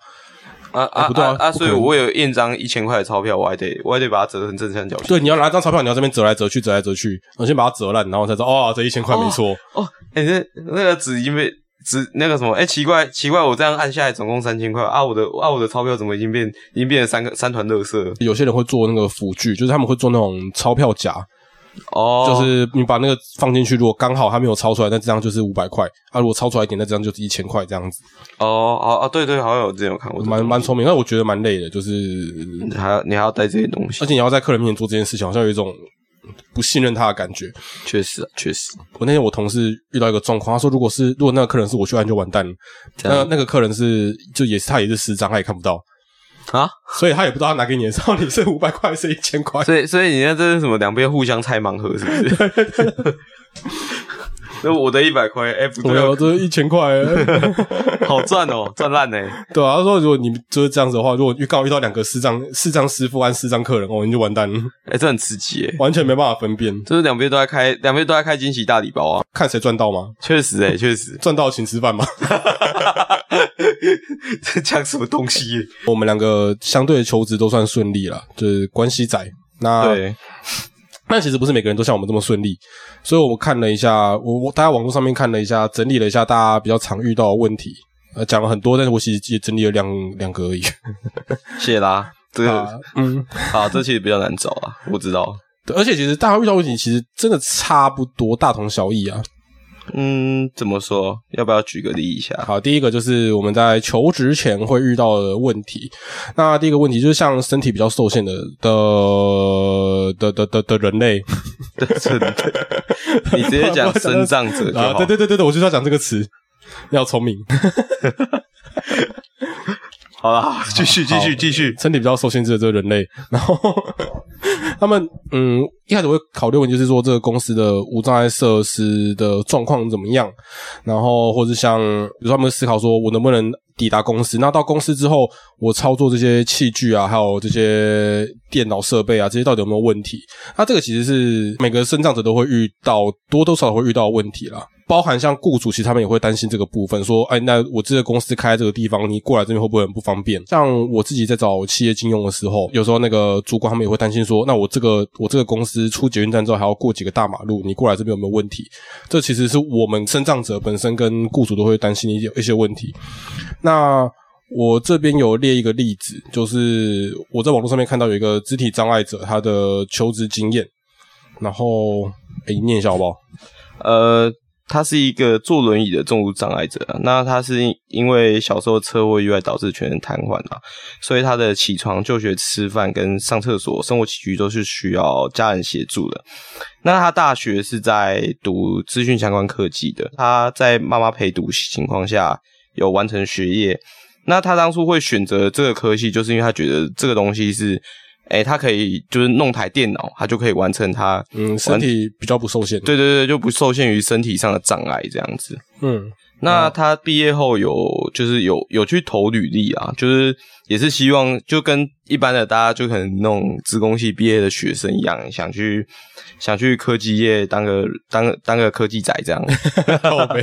Speaker 2: 啊啊
Speaker 1: 不对啊
Speaker 2: 啊！
Speaker 1: 不
Speaker 2: 所以
Speaker 1: 可能
Speaker 2: 我有印张一千块的钞票，我还得我还得把它折成正三角形。
Speaker 1: 对，你要拿一张钞票，你要这边折来折去，折来折去，我先把它折烂，然后才知道哦，这一千块没错。
Speaker 2: 哦，哎、那那个纸已经被纸那个什么，哎、奇怪奇怪，我这样按下来总共三千块啊，我的啊我的钞票怎么已经变已经变成三个三团乐色
Speaker 1: 有些人会做那个辅具，就是他们会做那种钞票夹，
Speaker 2: 哦，
Speaker 1: 就是你把那个放进去，如果刚好它没有超出来，那这张就是五百块；啊，如果超出来一点，那这张就是一千块这样子，
Speaker 2: 哦哦哦，对对，好像有之前有看过，
Speaker 1: 蛮蛮聪明。但我觉得蛮累的，就是
Speaker 2: 你还要你还要带这些东
Speaker 1: 而
Speaker 2: 西，
Speaker 1: 且你要在客人面前做这件事情，好像有一种不信任他的感觉。
Speaker 2: 确实啊确实，
Speaker 1: 我那天我同事遇到一个状况，他说如果是如果那个客人是我去按就完蛋了，
Speaker 2: 这
Speaker 1: 那
Speaker 2: 样
Speaker 1: 那个客人是就也是他也是十张，他也看不到，
Speaker 2: 啊，
Speaker 1: 所以他也不知道他拿给你的时候你是五百块还是一千块。
Speaker 2: 所以所以你看这是什么？两边互相拆盲盒是不是？ 那我的一百块，哎、不
Speaker 1: 我
Speaker 2: 对
Speaker 1: 有
Speaker 2: 哦，
Speaker 1: 这一千块，
Speaker 2: 好赚哦，赚烂呢。
Speaker 1: 对啊。他说如果你就是这样子的话，如果遇刚好遇到两个四张四张师傅按四张客人哦，你就完蛋了。
Speaker 2: 哎、这很刺激哎，
Speaker 1: 完全没办法分辨，
Speaker 2: 就是两边都在开，两边都在开惊喜大礼包啊，
Speaker 1: 看谁赚到吗？
Speaker 2: 确实 哎，确实。
Speaker 1: 赚到请吃饭吗？
Speaker 2: 在讲什么东西？
Speaker 1: 我们两个相对求职都算顺利了，就是关系仔。那
Speaker 2: 对，
Speaker 1: 但其实不是每个人都像我们这么顺利，所以我们看了一下，我我大家网络上面看了一下，整理了一下大家比较常遇到的问题，呃，讲了很多，但是我其实也整理了两两个而已。
Speaker 2: 谢啦。这
Speaker 1: 啊
Speaker 2: 个
Speaker 1: 嗯，
Speaker 2: 啊，这其实比较难找 啊，我知道。
Speaker 1: 对，而且其实大家遇到问题其实真的差不多，大同小异啊。
Speaker 2: 嗯，怎么说？要不要举个例一 下？
Speaker 1: 好，第一个就是我们在求职前会遇到的问题。那第一个问题就是像身体比较受限的的的的的的人类
Speaker 2: 对真的，你直接讲身障者 就
Speaker 1: 啊，
Speaker 2: 好
Speaker 1: 对。对对对对，我就是要讲这个词，要聪明。
Speaker 2: 好啦，继续继续继续。
Speaker 1: 身体比较受限制的这个人类， 然后他们嗯一开始会考虑问题就是说这个公司的无障碍设施的状况怎么样，然后或者像比如说他们思考说我能不能抵达公司，那到公司之后我操作这些器具啊，还有这些电脑设备啊，这些到底有没有问题？那这个其实是每个生长者都会遇到，多多少少会遇到的问题啦。包含像雇主，其实他们也会担心这个部分，说，哎，那我这个公司开在这个地方，你过来这边会不会很不方便？像我自己在找企业金用的时候，有时候那个主管他们也会担心说，那我这个我这个公司出捷运站之后还要过几个大马路，你过来这边有没有问题？这其实是我们生长者本身跟雇主都会担心一些一些问题。那我这边有列一个例子，就是我在网络上面看到有一个肢体障碍者他的求职经验，然后诶、你念一下好不好？
Speaker 2: 呃，他是一个坐轮椅的重度障碍者啊、那他是因因为小时候车祸意外导致全身瘫痪啊，所以他的起床、就学、吃饭跟上厕所、生活起居都是需要家人协助的。那他大学是在读资讯相关科技的，他在妈妈陪读情况下有完成学业。那他当初会选择这个科系，就是因为他觉得这个东西是，诶、他可以就是弄台电脑，他就可以完成他
Speaker 1: 嗯，身体比较不受限。，
Speaker 2: 对对对，就不受限于身体上的障碍这样子。
Speaker 1: 嗯，
Speaker 2: 那他毕业后有就是有有去投履历啊，就是也是希望就跟一般的大家就可能那种职工系毕业的学生一样，想去想去科技业当个当个当个科技仔这样。
Speaker 1: 靠背，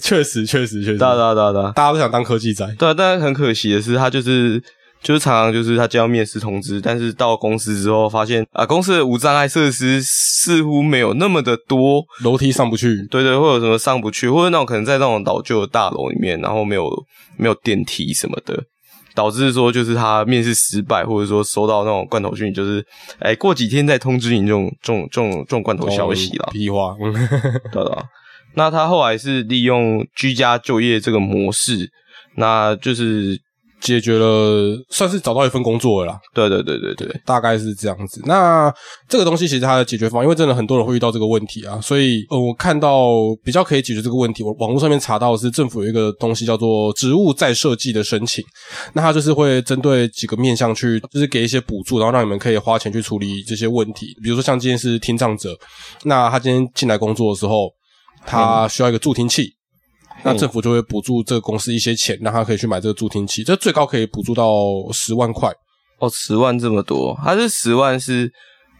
Speaker 1: 确实确实确实，
Speaker 2: 对啊对啊对啊对啊
Speaker 1: 大家都想当科技仔。
Speaker 2: 对啊，但很可惜的是，他就是就是常常就是他接到面试通知，但是到公司之后发现啊、公司的无障碍设施似乎没有那么的多，
Speaker 1: 楼梯上不 去，
Speaker 2: 对对，会有什么上不去，或者那种可能在那种老旧的大楼里面，然后没有没有电梯什么的，导致说就是他面试失败，或者说收到那种罐头讯，就是哎过几天再通知你这种这种这种这种罐头消息啦
Speaker 1: 哦，屁话。嗯
Speaker 2: 对的。那他后来是利用居家就业这个模式，那就是
Speaker 1: 解决了，算是找到一份工作了啦，
Speaker 2: 对对对对对，
Speaker 1: 大概是这样子。那这个东西其实它的解决方案，因为真的很多人会遇到这个问题啊，所以呃，我看到比较可以解决这个问题，我网络上面查到的是政府有一个东西叫做职务再设计的申请，那它就是会针对几个面向去，就是给一些补助，然后让你们可以花钱去处理这些问题。比如说像今天是听障者，那他今天进来工作的时候，他需要一个助听器。那政府就会补助这个公司一些钱，让他可以去买这个助听器，这最高可以补助到十万块
Speaker 2: 哦，十万这么多，他是十万是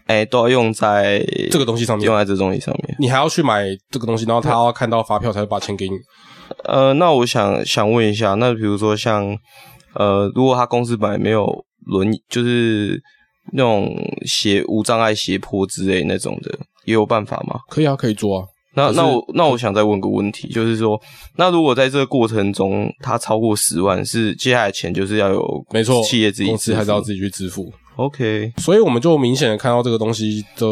Speaker 2: 哎都要用在
Speaker 1: 这个东西上面
Speaker 2: 用。在这东西上面。
Speaker 1: 你还要去买这个东西，然后他要看到发票才会把钱给你。
Speaker 2: 呃，那我想想问一下，那比如说像呃，如果他公司本来没有轮椅，就是那种斜无障碍斜坡之类那种的，也有办法吗？
Speaker 1: 可以啊，可以做啊。
Speaker 2: 那
Speaker 1: 可是
Speaker 2: 那我那我想再问个问题，就是说，那如果在这个过程中，他超过十万，是接下来钱就是要有
Speaker 1: 没错，
Speaker 2: 企业自己
Speaker 1: 公
Speaker 2: 支
Speaker 1: 司
Speaker 2: 付
Speaker 1: 还是要自己去支付。
Speaker 2: OK，
Speaker 1: 所以我们就明显的看到这个东西的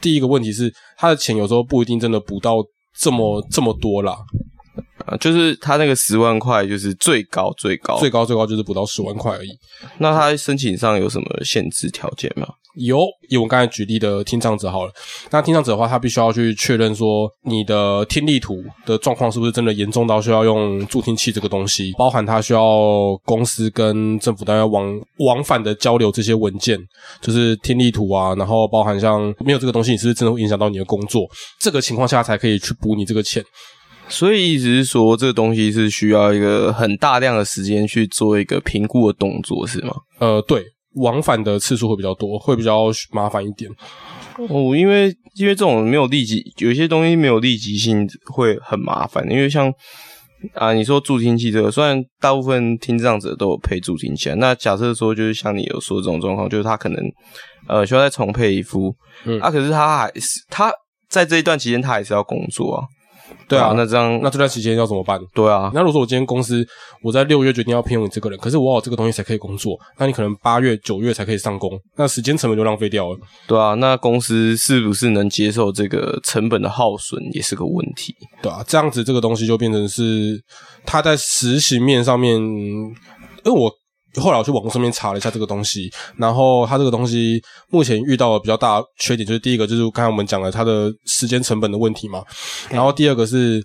Speaker 1: 第一个问题是，他的钱有时候不一定真的补到这么这么多啦，
Speaker 2: 啊，就是他那个十万块就是最高最高，
Speaker 1: 最高最高就是补到十万块而已。
Speaker 2: 那他申请上有什么限制条件吗？
Speaker 1: 有，以我刚才举例的听障者好了，那听障者的话，他必须要去确认说你的听力图的状况是不是真的严重到需要用助听器这个东西，包含他需要公司跟政府单位往往返的交流这些文件，就是听力图啊，然后包含像没有这个东西，你是不是真的会影响到你的工作？这个情况下才可以去补你这个钱。
Speaker 2: 所以意思是说，这个东西是需要一个很大量的时间去做一个评估的动作，是吗？
Speaker 1: 呃，对，往返的次数会比较多，会比较麻烦一点。
Speaker 2: 哦，因为因为这种没有立即，有一些东西没有立即性会很麻烦，因为像啊，你说助听器这个，虽然大部分听障者都有配助听器啊，那假设说就是像你有说这种状况，就是他可能呃需要再重配一副，
Speaker 1: 嗯
Speaker 2: 啊，可是他还是他在这一段期间他还是要工作啊，
Speaker 1: 对啊，
Speaker 2: 那这样
Speaker 1: 那这段时间要怎么办？
Speaker 2: 对啊，
Speaker 1: 那如果说我今天公司我在六月决定要聘用你这个人，可是我有这个东西才可以工作，那你可能八月、九月才可以上工，那时间成本就浪费掉了。
Speaker 2: 对啊，那公司是不是能接受这个成本的耗损也是个问题。
Speaker 1: 对啊，这样子这个东西就变成是他在实行面上面，因为我后来我去网络上面查了一下这个东西，然后它这个东西目前遇到的比较大的缺点就是第一个就是刚才我们讲了它的时间成本的问题嘛，然后第二个是。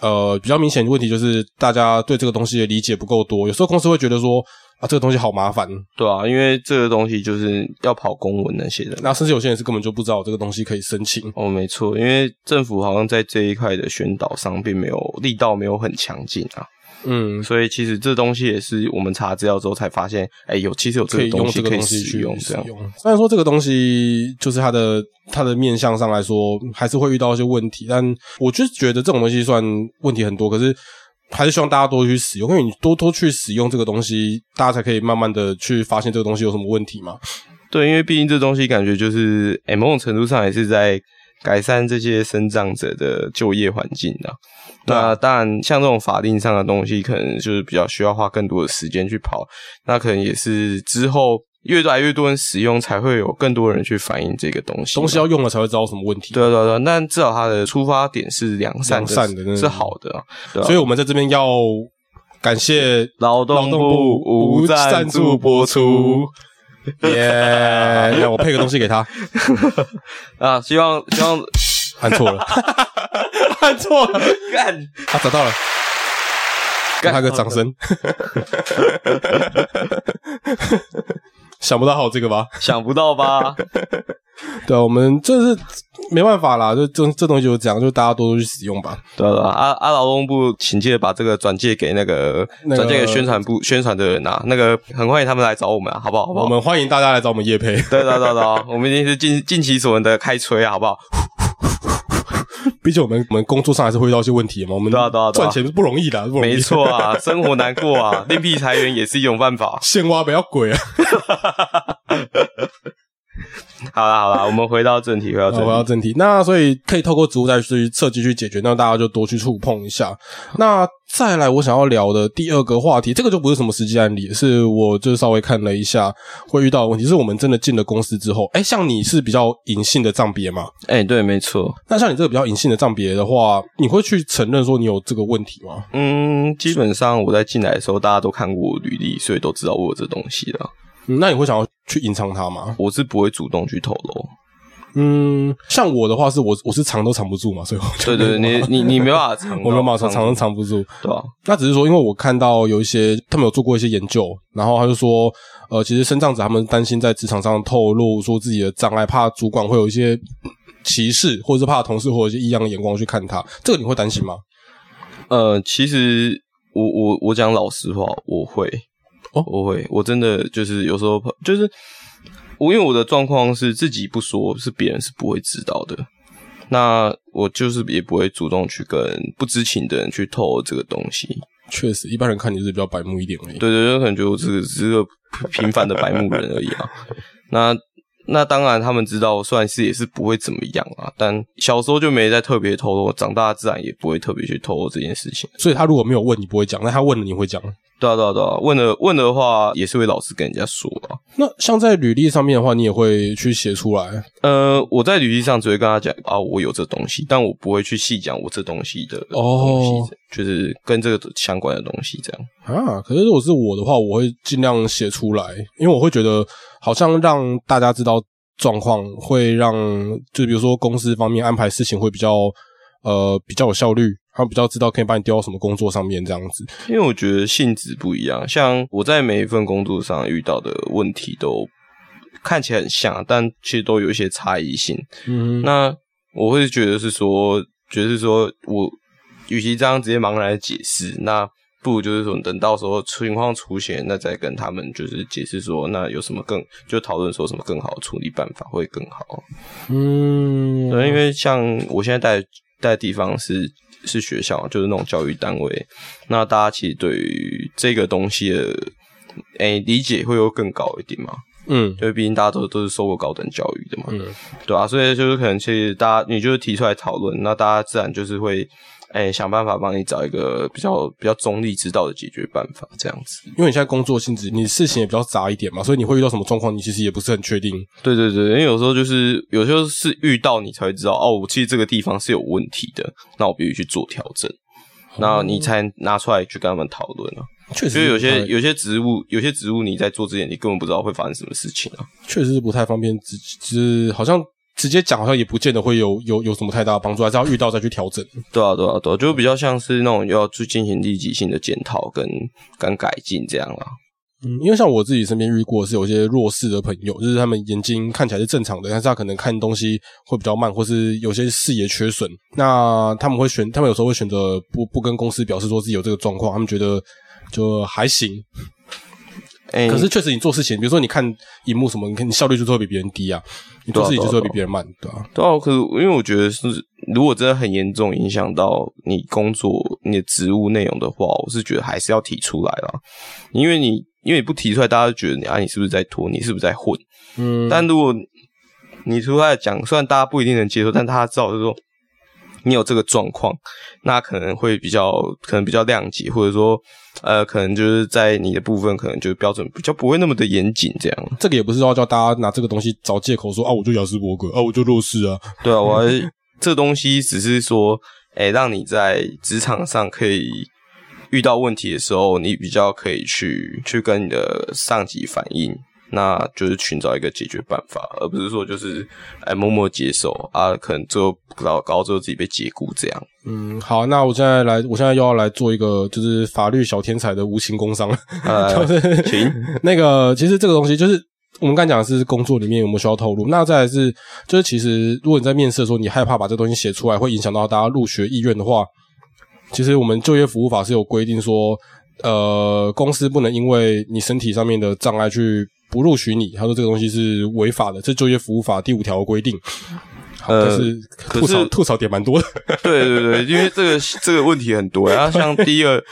Speaker 1: 呃，比较明显的问题就是大家对这个东西的理解不够多，有时候公司会觉得说啊，这个东西好麻烦，
Speaker 2: 对啊，因为这个东西就是要跑公文那些的。
Speaker 1: 那甚至有些人是根本就不知道这个东西可以申请。
Speaker 2: 哦，没错，因为政府好像在这一块的宣导上并没有力道，没有很强劲啊，
Speaker 1: 嗯，
Speaker 2: 所以其实这东西也是我们查资料之后才发现，哎、有其实有这
Speaker 1: 可以
Speaker 2: 个
Speaker 1: 用这
Speaker 2: 东西
Speaker 1: 个
Speaker 2: 可以
Speaker 1: 东西
Speaker 2: 使
Speaker 1: 去
Speaker 2: 用，
Speaker 1: 使
Speaker 2: 这样
Speaker 1: 用。虽然说这个东西就是它的它的面向上来说，还是会遇到一些问题，但我就觉得这种东西算问题很多，可是。还是希望大家多去使用，因为你多多去使用这个东西，大家才可以慢慢的去发现这个东西有什么问题嘛。
Speaker 2: 对，因为毕竟这东西感觉就是，哎、某种程度上也是在改善这些生长者的就业环境的、
Speaker 1: 对啊
Speaker 2: 那当然，像这种法定上的东西，可能就是比较需要花更多的时间去跑。那可能也是之后越来越多人使用，才会有更多人去反映这个东西嘛。
Speaker 1: 东西要用了才会知道什么问题。
Speaker 2: 对啊对啊对啊，那至少它的出发点是良善的，
Speaker 1: 良善的那
Speaker 2: 是好的啊、对啊
Speaker 1: 所以我们在这边要感谢
Speaker 2: 劳动部无赞助播出。
Speaker 1: 耶！让我配个东西给他，
Speaker 2: 啊，希望希 望
Speaker 1: 按错了， 按错了，
Speaker 2: 干
Speaker 1: 他找到了，给
Speaker 2: 干
Speaker 1: 他个掌声。 想不到好这个吧？
Speaker 2: 想不到吧？
Speaker 1: 对啊，我们这是没办法啦，就这这东西就是这样，就大家多多去使用吧。
Speaker 2: 对啊对啊，啊啊，劳动部，请记得把这个转借给那个
Speaker 1: 那个
Speaker 2: 转借给宣传部宣传的人啊，那个很欢迎他们来找我们啊，好不好？好不
Speaker 1: 我
Speaker 2: 好？
Speaker 1: 们欢迎大家来找我们叶配，
Speaker 2: 对对对对对啊，我们一定是尽尽其所能的开吹啊，好不好？
Speaker 1: 毕竟我们我们工作上还是会遇到一些问题嘛。我们
Speaker 2: 对啊对啊对啊
Speaker 1: 赚钱是不容易的，不容易
Speaker 2: 没错啊，生活难过啊，另辟财源也是一种办法。
Speaker 1: 现挖不要鬼啊！
Speaker 2: 好啦好啦，我们回到正题，回到正
Speaker 1: 回到
Speaker 2: 题。
Speaker 1: 正题，那所以可以透过植物再去设计去解决，那大家就多去触碰一下。那再来，我想要聊的第二个话题，这个就不是什么实际案例，是我就是稍微看了一下会遇到的问题，是我们真的进了公司之后，哎，像你是比较隐性的账别嘛？
Speaker 2: 哎、对，没错。
Speaker 1: 那像你这个比较隐性的账别的话，你会去承认说你有这个问题吗？
Speaker 2: 嗯，基本上我在进来的时候，大家都看过我履历，所以都知道我有这东西了。
Speaker 1: 嗯那你会想要去隐藏它吗？
Speaker 2: 我是不会主动去透露。
Speaker 1: 嗯，像我的话是我我是藏都藏不住嘛，所以我就
Speaker 2: 对对对，你你你没办法藏到，
Speaker 1: 我没有马上藏都藏不住。
Speaker 2: 对啊，
Speaker 1: 那只是说，因为我看到有一些他们有做过一些研究，然后他就说，呃，其实身障者他们担心在职场上透露说自己的障碍，怕主管会有一些歧视，或者是怕同事会有一些异样的眼光去看他，这个你会担心吗？
Speaker 2: 呃，其实我我我讲老实话，我会，
Speaker 1: 哦
Speaker 2: 我会，我真的就是有时候就是我，因为我的状况是自己不说，是别人是不会知道的。那我就是也不会主动去跟不知情的人去透露这个东西。
Speaker 1: 确实，一般人看你是比较白目一点而已。
Speaker 2: 对对对，可能觉得我只是只是个平凡的白目人而已啊。那那当然，他们知道，虽然是也是不会怎么样啊，但小时候就没再特别透露，长大自然也不会特别去透露这件事情。
Speaker 1: 所以他如果没有问，你不会讲；那他问了，你会讲。
Speaker 2: 对啊，对啊，对啊，问了问的话，也是会老实跟人家说啊。
Speaker 1: 那像在履历上面的话，你也会去写出来。
Speaker 2: 呃，我在履历上只会跟他讲啊，我有这东西，但我不会去细讲我这东西的东西，
Speaker 1: 哦
Speaker 2: 就是跟这个相关的东西这样。
Speaker 1: 啊，可是如果是我的话，我会尽量写出来，因为我会觉得好像让大家知道状况，会让就比如说公司方面安排事情会比较呃比较有效率，还有比较知道可以把你丢到什么工作上面这样子。
Speaker 2: 因为我觉得性质不一样，像我在每一份工作上遇到的问题都看起来很像，但其实都有一些差异性。
Speaker 1: 嗯，
Speaker 2: 那我会觉得是说，觉得是说我与其这样直接茫然的解释，那不如就是说等到时候情况出现，那再跟他们就是解释说，那有什么更就讨论说什么更好的处理办法会更好。
Speaker 1: 嗯，
Speaker 2: 对，因为像我现在待待的地方是是学校，就是那种教育单位，那大家其实对于这个东西的诶、理解会有更高一点嘛，
Speaker 1: 嗯
Speaker 2: 因为毕竟大家都都是受过高等教育的嘛。
Speaker 1: 嗯
Speaker 2: 对啊，所以就是可能其实大家你就是提出来讨论，那大家自然就是会。哎、想办法帮你找一个比较比较中立之道的解决办法，这样子。
Speaker 1: 因为你现在工作性质，你事情也比较杂一点嘛，所以你会遇到什么状况，你其实也不是很确定。
Speaker 2: 对对对，因为有时候就是有时候是遇到你才会知道，哦，我其实这个地方是有问题的，那我必须去做调整，
Speaker 1: 哦
Speaker 2: 那你才拿出来去跟他们讨论啊。
Speaker 1: 确
Speaker 2: 就
Speaker 1: 实
Speaker 2: 是
Speaker 1: 是
Speaker 2: 有
Speaker 1: 不太，
Speaker 2: 些有些职务，有些职务你在做之前，你根本不知道会发生什么事情啊。
Speaker 1: 确实是不太方便，只只好像直接讲，好像也不见得会有有有什么太大的帮助，还是要遇到再去调整。
Speaker 2: 对啊，对啊，对啊，就比较像是那种要去进行立即性的检讨跟跟改进这样啦。
Speaker 1: 嗯，因为像我自己身边遇过是有一些弱势的朋友，就是他们眼睛看起来是正常的，但是他可能看东西会比较慢，或是有些视野缺损。那他们会选，他们有时候会选择不不跟公司表示说自己有这个状况，他们觉得就还行。
Speaker 2: 哎、
Speaker 1: 可是确实你做事情，比如说你看荧幕什么，你看你效率就是会比别人低啊，你做事情就是会比别人慢，对啊吧、
Speaker 2: 对啊，可是因为我觉得是，如果真的很严重影响到你工作、你的职务内容的话，我是觉得还是要提出来啦。因为你因为你不提出来，大家就觉得你啊，你是不是在拖，你是不是在混？
Speaker 1: 嗯，
Speaker 2: 但如果你出来讲，虽然大家不一定能接受，但大家知道就是说你有这个状况，那可能会比较可能比较谅解，或者说呃，可能就是在你的部分可能就标准比较不会那么的严谨，这样
Speaker 1: 这个也不是要叫大家拿这个东西找借口说啊，我就雅斯伯格啊，我就弱势啊，
Speaker 2: 对啊，我还这东西只是说，哎、让你在职场上可以遇到问题的时候，你比较可以去去跟你的上级反映，那就是寻找一个解决办法，而不是说就是哎、默默接受啊，可能最后搞搞到最后自己被解雇这样。
Speaker 1: 嗯，好，那我现在来，我现在又要来做一个就是法律小天才的无情工伤了。
Speaker 2: 呃，请
Speaker 1: 那个，其实这个东西就是我们刚讲的是工作里面有没有需要透露。那再来是，就是其实如果你在面试的时候，你害怕把这东西写出来，会影响到大家入学意愿的话，其实我们就业服务法是有规定说，呃，公司不能因为你身体上面的障碍去不录取你。他说这个东西是违法的，这就业服务法第五条规定。好，
Speaker 2: 呃
Speaker 1: 但是
Speaker 2: 可
Speaker 1: 吐槽
Speaker 2: 是
Speaker 1: 吐槽点蛮多的，
Speaker 2: 对对对，因为这个这个问题很多呀、啊，像第一个，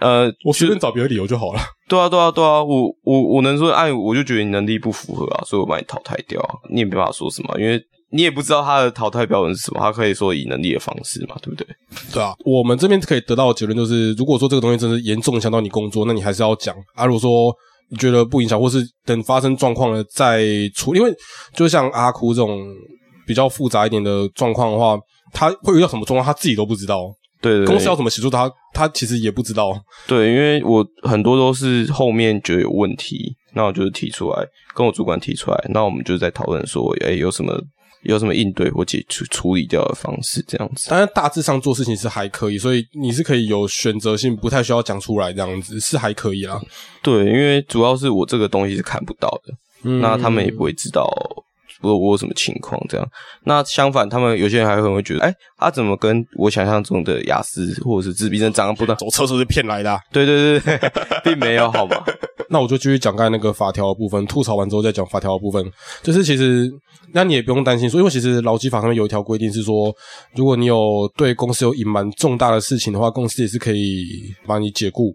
Speaker 2: 呃，
Speaker 1: 我随便找别的理由就好了。
Speaker 2: 对啊，对啊，对啊，我我我能说，哎，我就觉得你能力不符合啊，所以我把你淘汰掉啊，你也没办法说什么，因为你也不知道他的淘汰标准是什么，他可以说以能力的方式嘛，对不对？
Speaker 1: 对啊，我们这边可以得到的结论就是，如果说这个东西真是严重影响到你工作，那你还是要讲啊。如果说你觉得不影响，或是等发生状况了再处理，因为就像阿哭这种比较复杂一点的状况的话，他会遇到什么状况，他自己都不知道，
Speaker 2: 对对
Speaker 1: 公司要
Speaker 2: 对，
Speaker 1: 怎么协助他，他其实也不知道。
Speaker 2: 对，因为我很多都是后面觉得有问题，那我就是提出来，跟我主管提出来，那我们就在讨论说，哎，有什么有什么应对或解处处理掉的方式，这样子。
Speaker 1: 当然，大致上做事情是还可以，所以你是可以有选择性，不太需要讲出来，这样子是还可以啦。
Speaker 2: 对，因为主要是我这个东西是看不到的，
Speaker 1: 嗯
Speaker 2: 那他们也不会知道我我有什么情况这样。那相反，他们有些人还会会觉得，哎、他、怎么跟我想象中的雅思或者是自闭症长得不大？
Speaker 1: 走厕所是骗来的啊、
Speaker 2: 对对对 对，并没有好吗？
Speaker 1: 那我就继续讲刚才那个法条的部分，吐槽完之后再讲法条的部分。就是其实，那你也不用担心说，因为其实劳基法上面有一条规定是说，如果你有对公司有隐瞒重大的事情的话，公司也是可以把你解雇。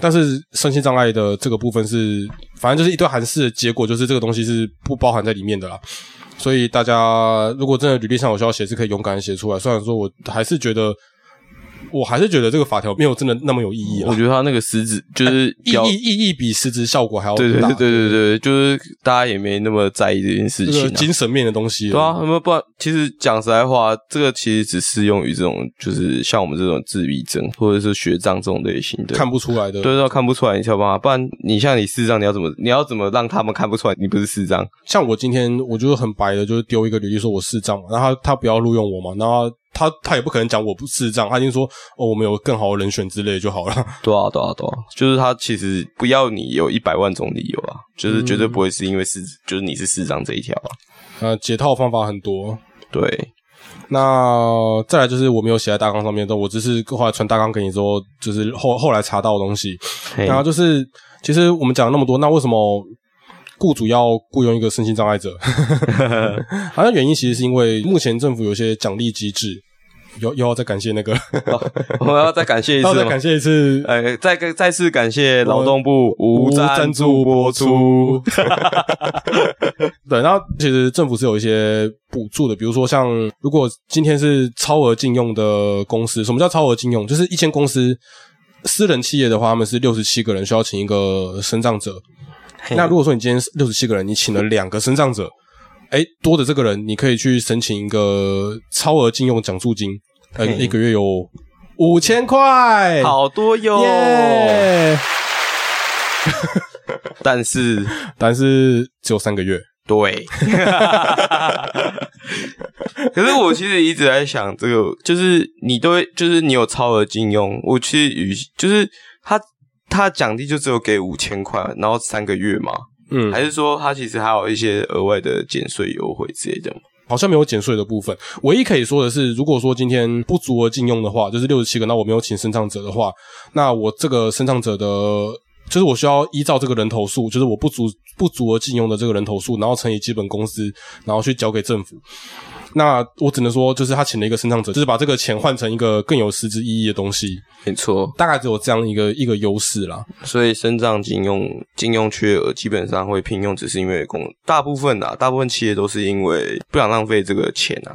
Speaker 1: 但是身心障碍的这个部分是，反正就是一堆函式的结果，就是这个东西是不包含在里面的啦。所以大家如果真的履历上有需要写，是可以勇敢地写出来。虽然说我还是觉得，我还是觉得这个法条没有真的那么 有意义
Speaker 2: 我
Speaker 1: 啦。
Speaker 2: 觉得他那个食指就是
Speaker 1: 意
Speaker 2: 表，
Speaker 1: 义意义比实质效果还要大。
Speaker 2: 对对对对对对，就是大家也没那么在意这件事
Speaker 1: 这
Speaker 2: 情、
Speaker 1: 个
Speaker 2: 啊。
Speaker 1: 精神面的东西了。
Speaker 2: 对啊，那么不然，其实讲实在话，这个其实只适用于这种，就是像我们这种自闭症或者是学障这种类型的。
Speaker 1: 看不出来的。
Speaker 2: 对对，看不出来，你想办法，不然你像你视障，你要怎么，你要怎么让他们看不出来你不是视障？
Speaker 1: 像我今天，我就是很白的，就是丢一个履历说我视障嘛，然后他他不要录用我嘛，然后他他也不可能讲我不视障，他已经说哦我们有更好的人选之类就好了。
Speaker 2: 对啊，对啊，对啊，就是他其实不要你有一百万种理由啊，就是绝对不会是因为是，就是你是市长这一条啊。
Speaker 1: 呃，解套方法很多。
Speaker 2: 对，
Speaker 1: 那再来就是我没有写在大纲上面的，我只是后来传大纲给你之后，就是后后来查到的东西。
Speaker 2: 嘿
Speaker 1: 然后就是，其实我们讲了那么多，那为什么雇主要雇佣一个身心障碍 者？好像原因其实是因为目前政府有一些奖励机制，又又要再感谢 那个，
Speaker 2: 我们要再感谢一
Speaker 1: 又要
Speaker 2: 次
Speaker 1: 再
Speaker 2: 吗
Speaker 1: 感？谢一次
Speaker 2: 呃，再跟再次感谢劳动部无赞助播出。。
Speaker 1: 对，然后其实政府是有一些补助的，比如说像如果今天是超额禁用的公司，什么叫超额禁用？就是一间公司。私人企业的话，他们是六十七个人需要请一个身障者。
Speaker 2: 嘿
Speaker 1: 那如果说你今天六十七个人，你请了两个身障者，哎，多的这个人，你可以去申请一个超额禁用奖助金，呃，
Speaker 2: 嘿
Speaker 1: 一个月有五千块。
Speaker 2: 好多哟，
Speaker 1: 耶！
Speaker 2: 但是
Speaker 1: 但是只有三个月。
Speaker 2: 对，可是我其实一直在想，这个就是你都会，就是你有超额禁用，我其实与就是他他奖励就只有给五千块，然后三个月嘛，
Speaker 1: 嗯，
Speaker 2: 还是说他其实还有一些额外的减税优惠之类的？
Speaker 1: 好像没有减税的部分。唯一可以说的是，如果说今天不足额禁用的话，就是六十七个，那我没有请身障者的话，那我这个身障者的，就是我需要依照这个人头数，就是我不足不足额禁用的这个人头数，然后乘以基本工资，然后去交给政府。那我只能说，就是他请了一个身障者，就是把这个钱换成一个更有实质意义的东西，
Speaker 2: 没错，
Speaker 1: 大概只有这样一个一个优势啦。
Speaker 2: 所以身障禁用禁用缺额基本上会聘用，只是因为工大部分啊，大部分企业都是因为不想浪费这个钱啊，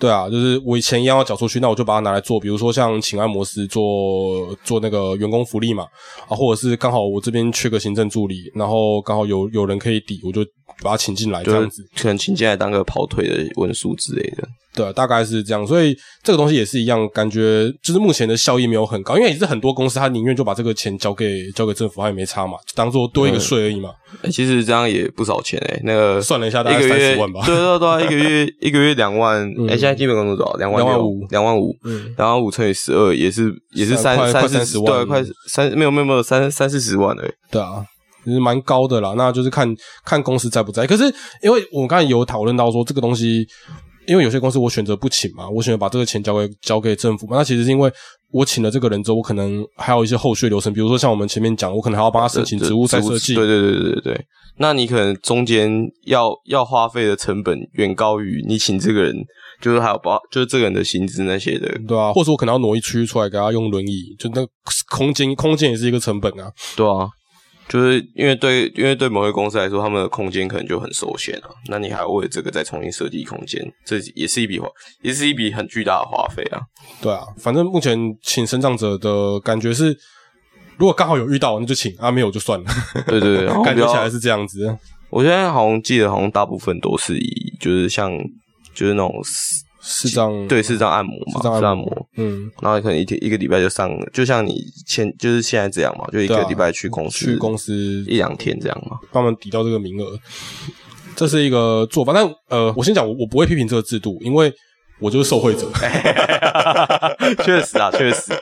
Speaker 1: 对啊，就是我以前一样要缴出去，那我就把它拿来做，比如说像请按摩师做做那个员工福利嘛，啊，或者是刚好我这边缺个行政助理，然后刚好有有人可以抵，我就把他请进来这样
Speaker 2: 就
Speaker 1: 子
Speaker 2: 是。可能请进来当个跑腿的文书之类的。
Speaker 1: 对，啊大概是这样。所以这个东西也是一样，感觉就是目前的效益没有很高，因为也是很多公司他宁愿就把这个钱交给交给政府，他也没差嘛，就当做多一个税而已嘛。
Speaker 2: 欸其实这样也不少钱哎、那个
Speaker 1: 算了一下大概
Speaker 2: 个月
Speaker 1: 30万吧嗯
Speaker 2: 对对对啊，一个月一个月两万，哎、现在基本工资多少？两万
Speaker 1: 25
Speaker 2: 两万五，
Speaker 1: 嗯，
Speaker 2: 两万五乘以十二也是也是
Speaker 1: 三快
Speaker 2: 三
Speaker 1: 快
Speaker 2: 三
Speaker 1: 30
Speaker 2: 十
Speaker 1: 万
Speaker 2: 对，快三没有没有没有三三四十万哎、
Speaker 1: 对啊，就是蛮高的啦。那就是看看公司在不在。可是因为我刚才有讨论到说这个东西，因为有些公司我选择不请嘛，我选择把这个钱交给交给政府嘛。那其实是因为我请了这个人之后，我可能还有一些后续流程，比如说像我们前面讲，我可能还要帮他申请职务再设计。
Speaker 2: 对对对对对对。那你可能中间要要花费的成本远高于你请这个人，就是还有包就是这个人的薪资那些的。
Speaker 1: 对啊，或者我可能要挪一区出来给他用轮椅，就那个空间，空间也是一个成本啊。
Speaker 2: 对啊，就是因为对，因为对某些公司来说，他们的空间可能就很受限了、那你还要为这个再重新设计空间，这也是一笔花，也是一笔很巨大的花费啊。
Speaker 1: 对啊，反正目前请生长者的感觉是，如果刚好有遇到，那就请啊，没有就算了。
Speaker 2: 对对对，然后
Speaker 1: 感
Speaker 2: 比
Speaker 1: 觉
Speaker 2: 较
Speaker 1: 起来是这样子，
Speaker 2: 我现在好像记得，好像大部分都是以就是像就是那种私
Speaker 1: 是这样。
Speaker 2: 对视障按摩
Speaker 1: 嗯视
Speaker 2: 嘛，
Speaker 1: 障按摩
Speaker 2: 视障按摩。
Speaker 1: 嗯，
Speaker 2: 然后可能一天一个礼拜就上，就像你前就是现在这样嘛，就一
Speaker 1: 对
Speaker 2: 个
Speaker 1: 啊
Speaker 2: 礼拜去公司
Speaker 1: 去公司
Speaker 2: 一两天这样嘛。
Speaker 1: 帮忙抵掉这个名额，这是一个做法。但呃，我先讲，我我不会批评这个制度，因为我就是受惠者。
Speaker 2: 确实啊，确实，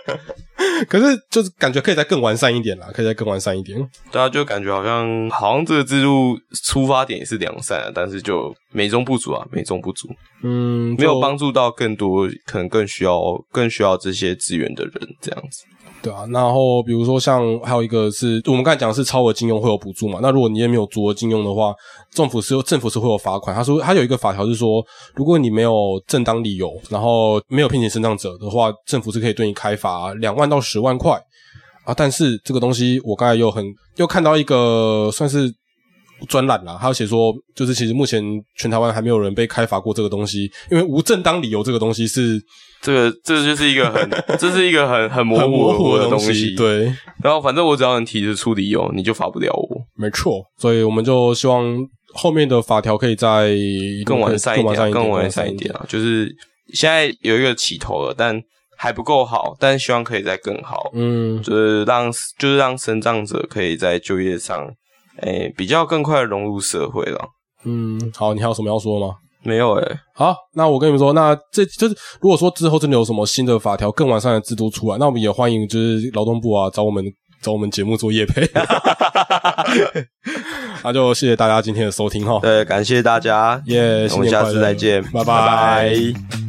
Speaker 1: 可是就是感觉可以再更完善一点啦，可以再更完善一点。
Speaker 2: 大家就感觉好像好像这个制度出发点也是良善啊，但是就美中不足啊，美中不足，
Speaker 1: 嗯，
Speaker 2: 没有
Speaker 1: 就
Speaker 2: 帮助到更多可能更需要更需要这些资源的人这样子。
Speaker 1: 对啊，然后比如说像还有一个是我们刚才讲的是超额禁用会有补助嘛，那如果你也没有足额禁用的话，政府是有政府是会有罚款。他说他有一个法条是说，如果你没有正当理由，然后没有聘请生长者的话，政府是可以对你开罚两万到十万块啊。但是这个东西我刚才又很又看到一个算是专栏啦，他有写说，就是其实目前全台湾还没有人被开罚过这个东西，因为无正当理由这个东西是
Speaker 2: 这个这就是一个 很这是一个很很模
Speaker 1: 很模糊
Speaker 2: 糊
Speaker 1: 的
Speaker 2: 东
Speaker 1: 西，对。
Speaker 2: 然后反正我只要能提得出理由，你就罚不了我。
Speaker 1: 没错，所以我们就希望后面的法条可以再
Speaker 2: 更完善一
Speaker 1: 更完善
Speaker 2: 点啊、
Speaker 1: 一点，
Speaker 2: 更完善一点。啊！就是现在有一个起头了，但还不够好，但希望可以再更好，
Speaker 1: 嗯，
Speaker 2: 就是让就是让生长者可以在就业上，诶、比较更快的融入社会了。
Speaker 1: 嗯，好，你还有什么要说吗？
Speaker 2: 没有哎诶、
Speaker 1: 好，那我跟你们说，那这就是如果说之后真的有什么新的法条、更完善的制度出来，那我们也欢迎就是劳动部啊找我们找我们节目做业 配。那就谢 谢大家今天的收听哈，哦
Speaker 2: 对，感谢大家，
Speaker 1: 耶、
Speaker 2: 那我
Speaker 1: 新
Speaker 2: 们
Speaker 1: 年快 乐，
Speaker 2: 下 次再见，
Speaker 1: 拜拜
Speaker 2: 拜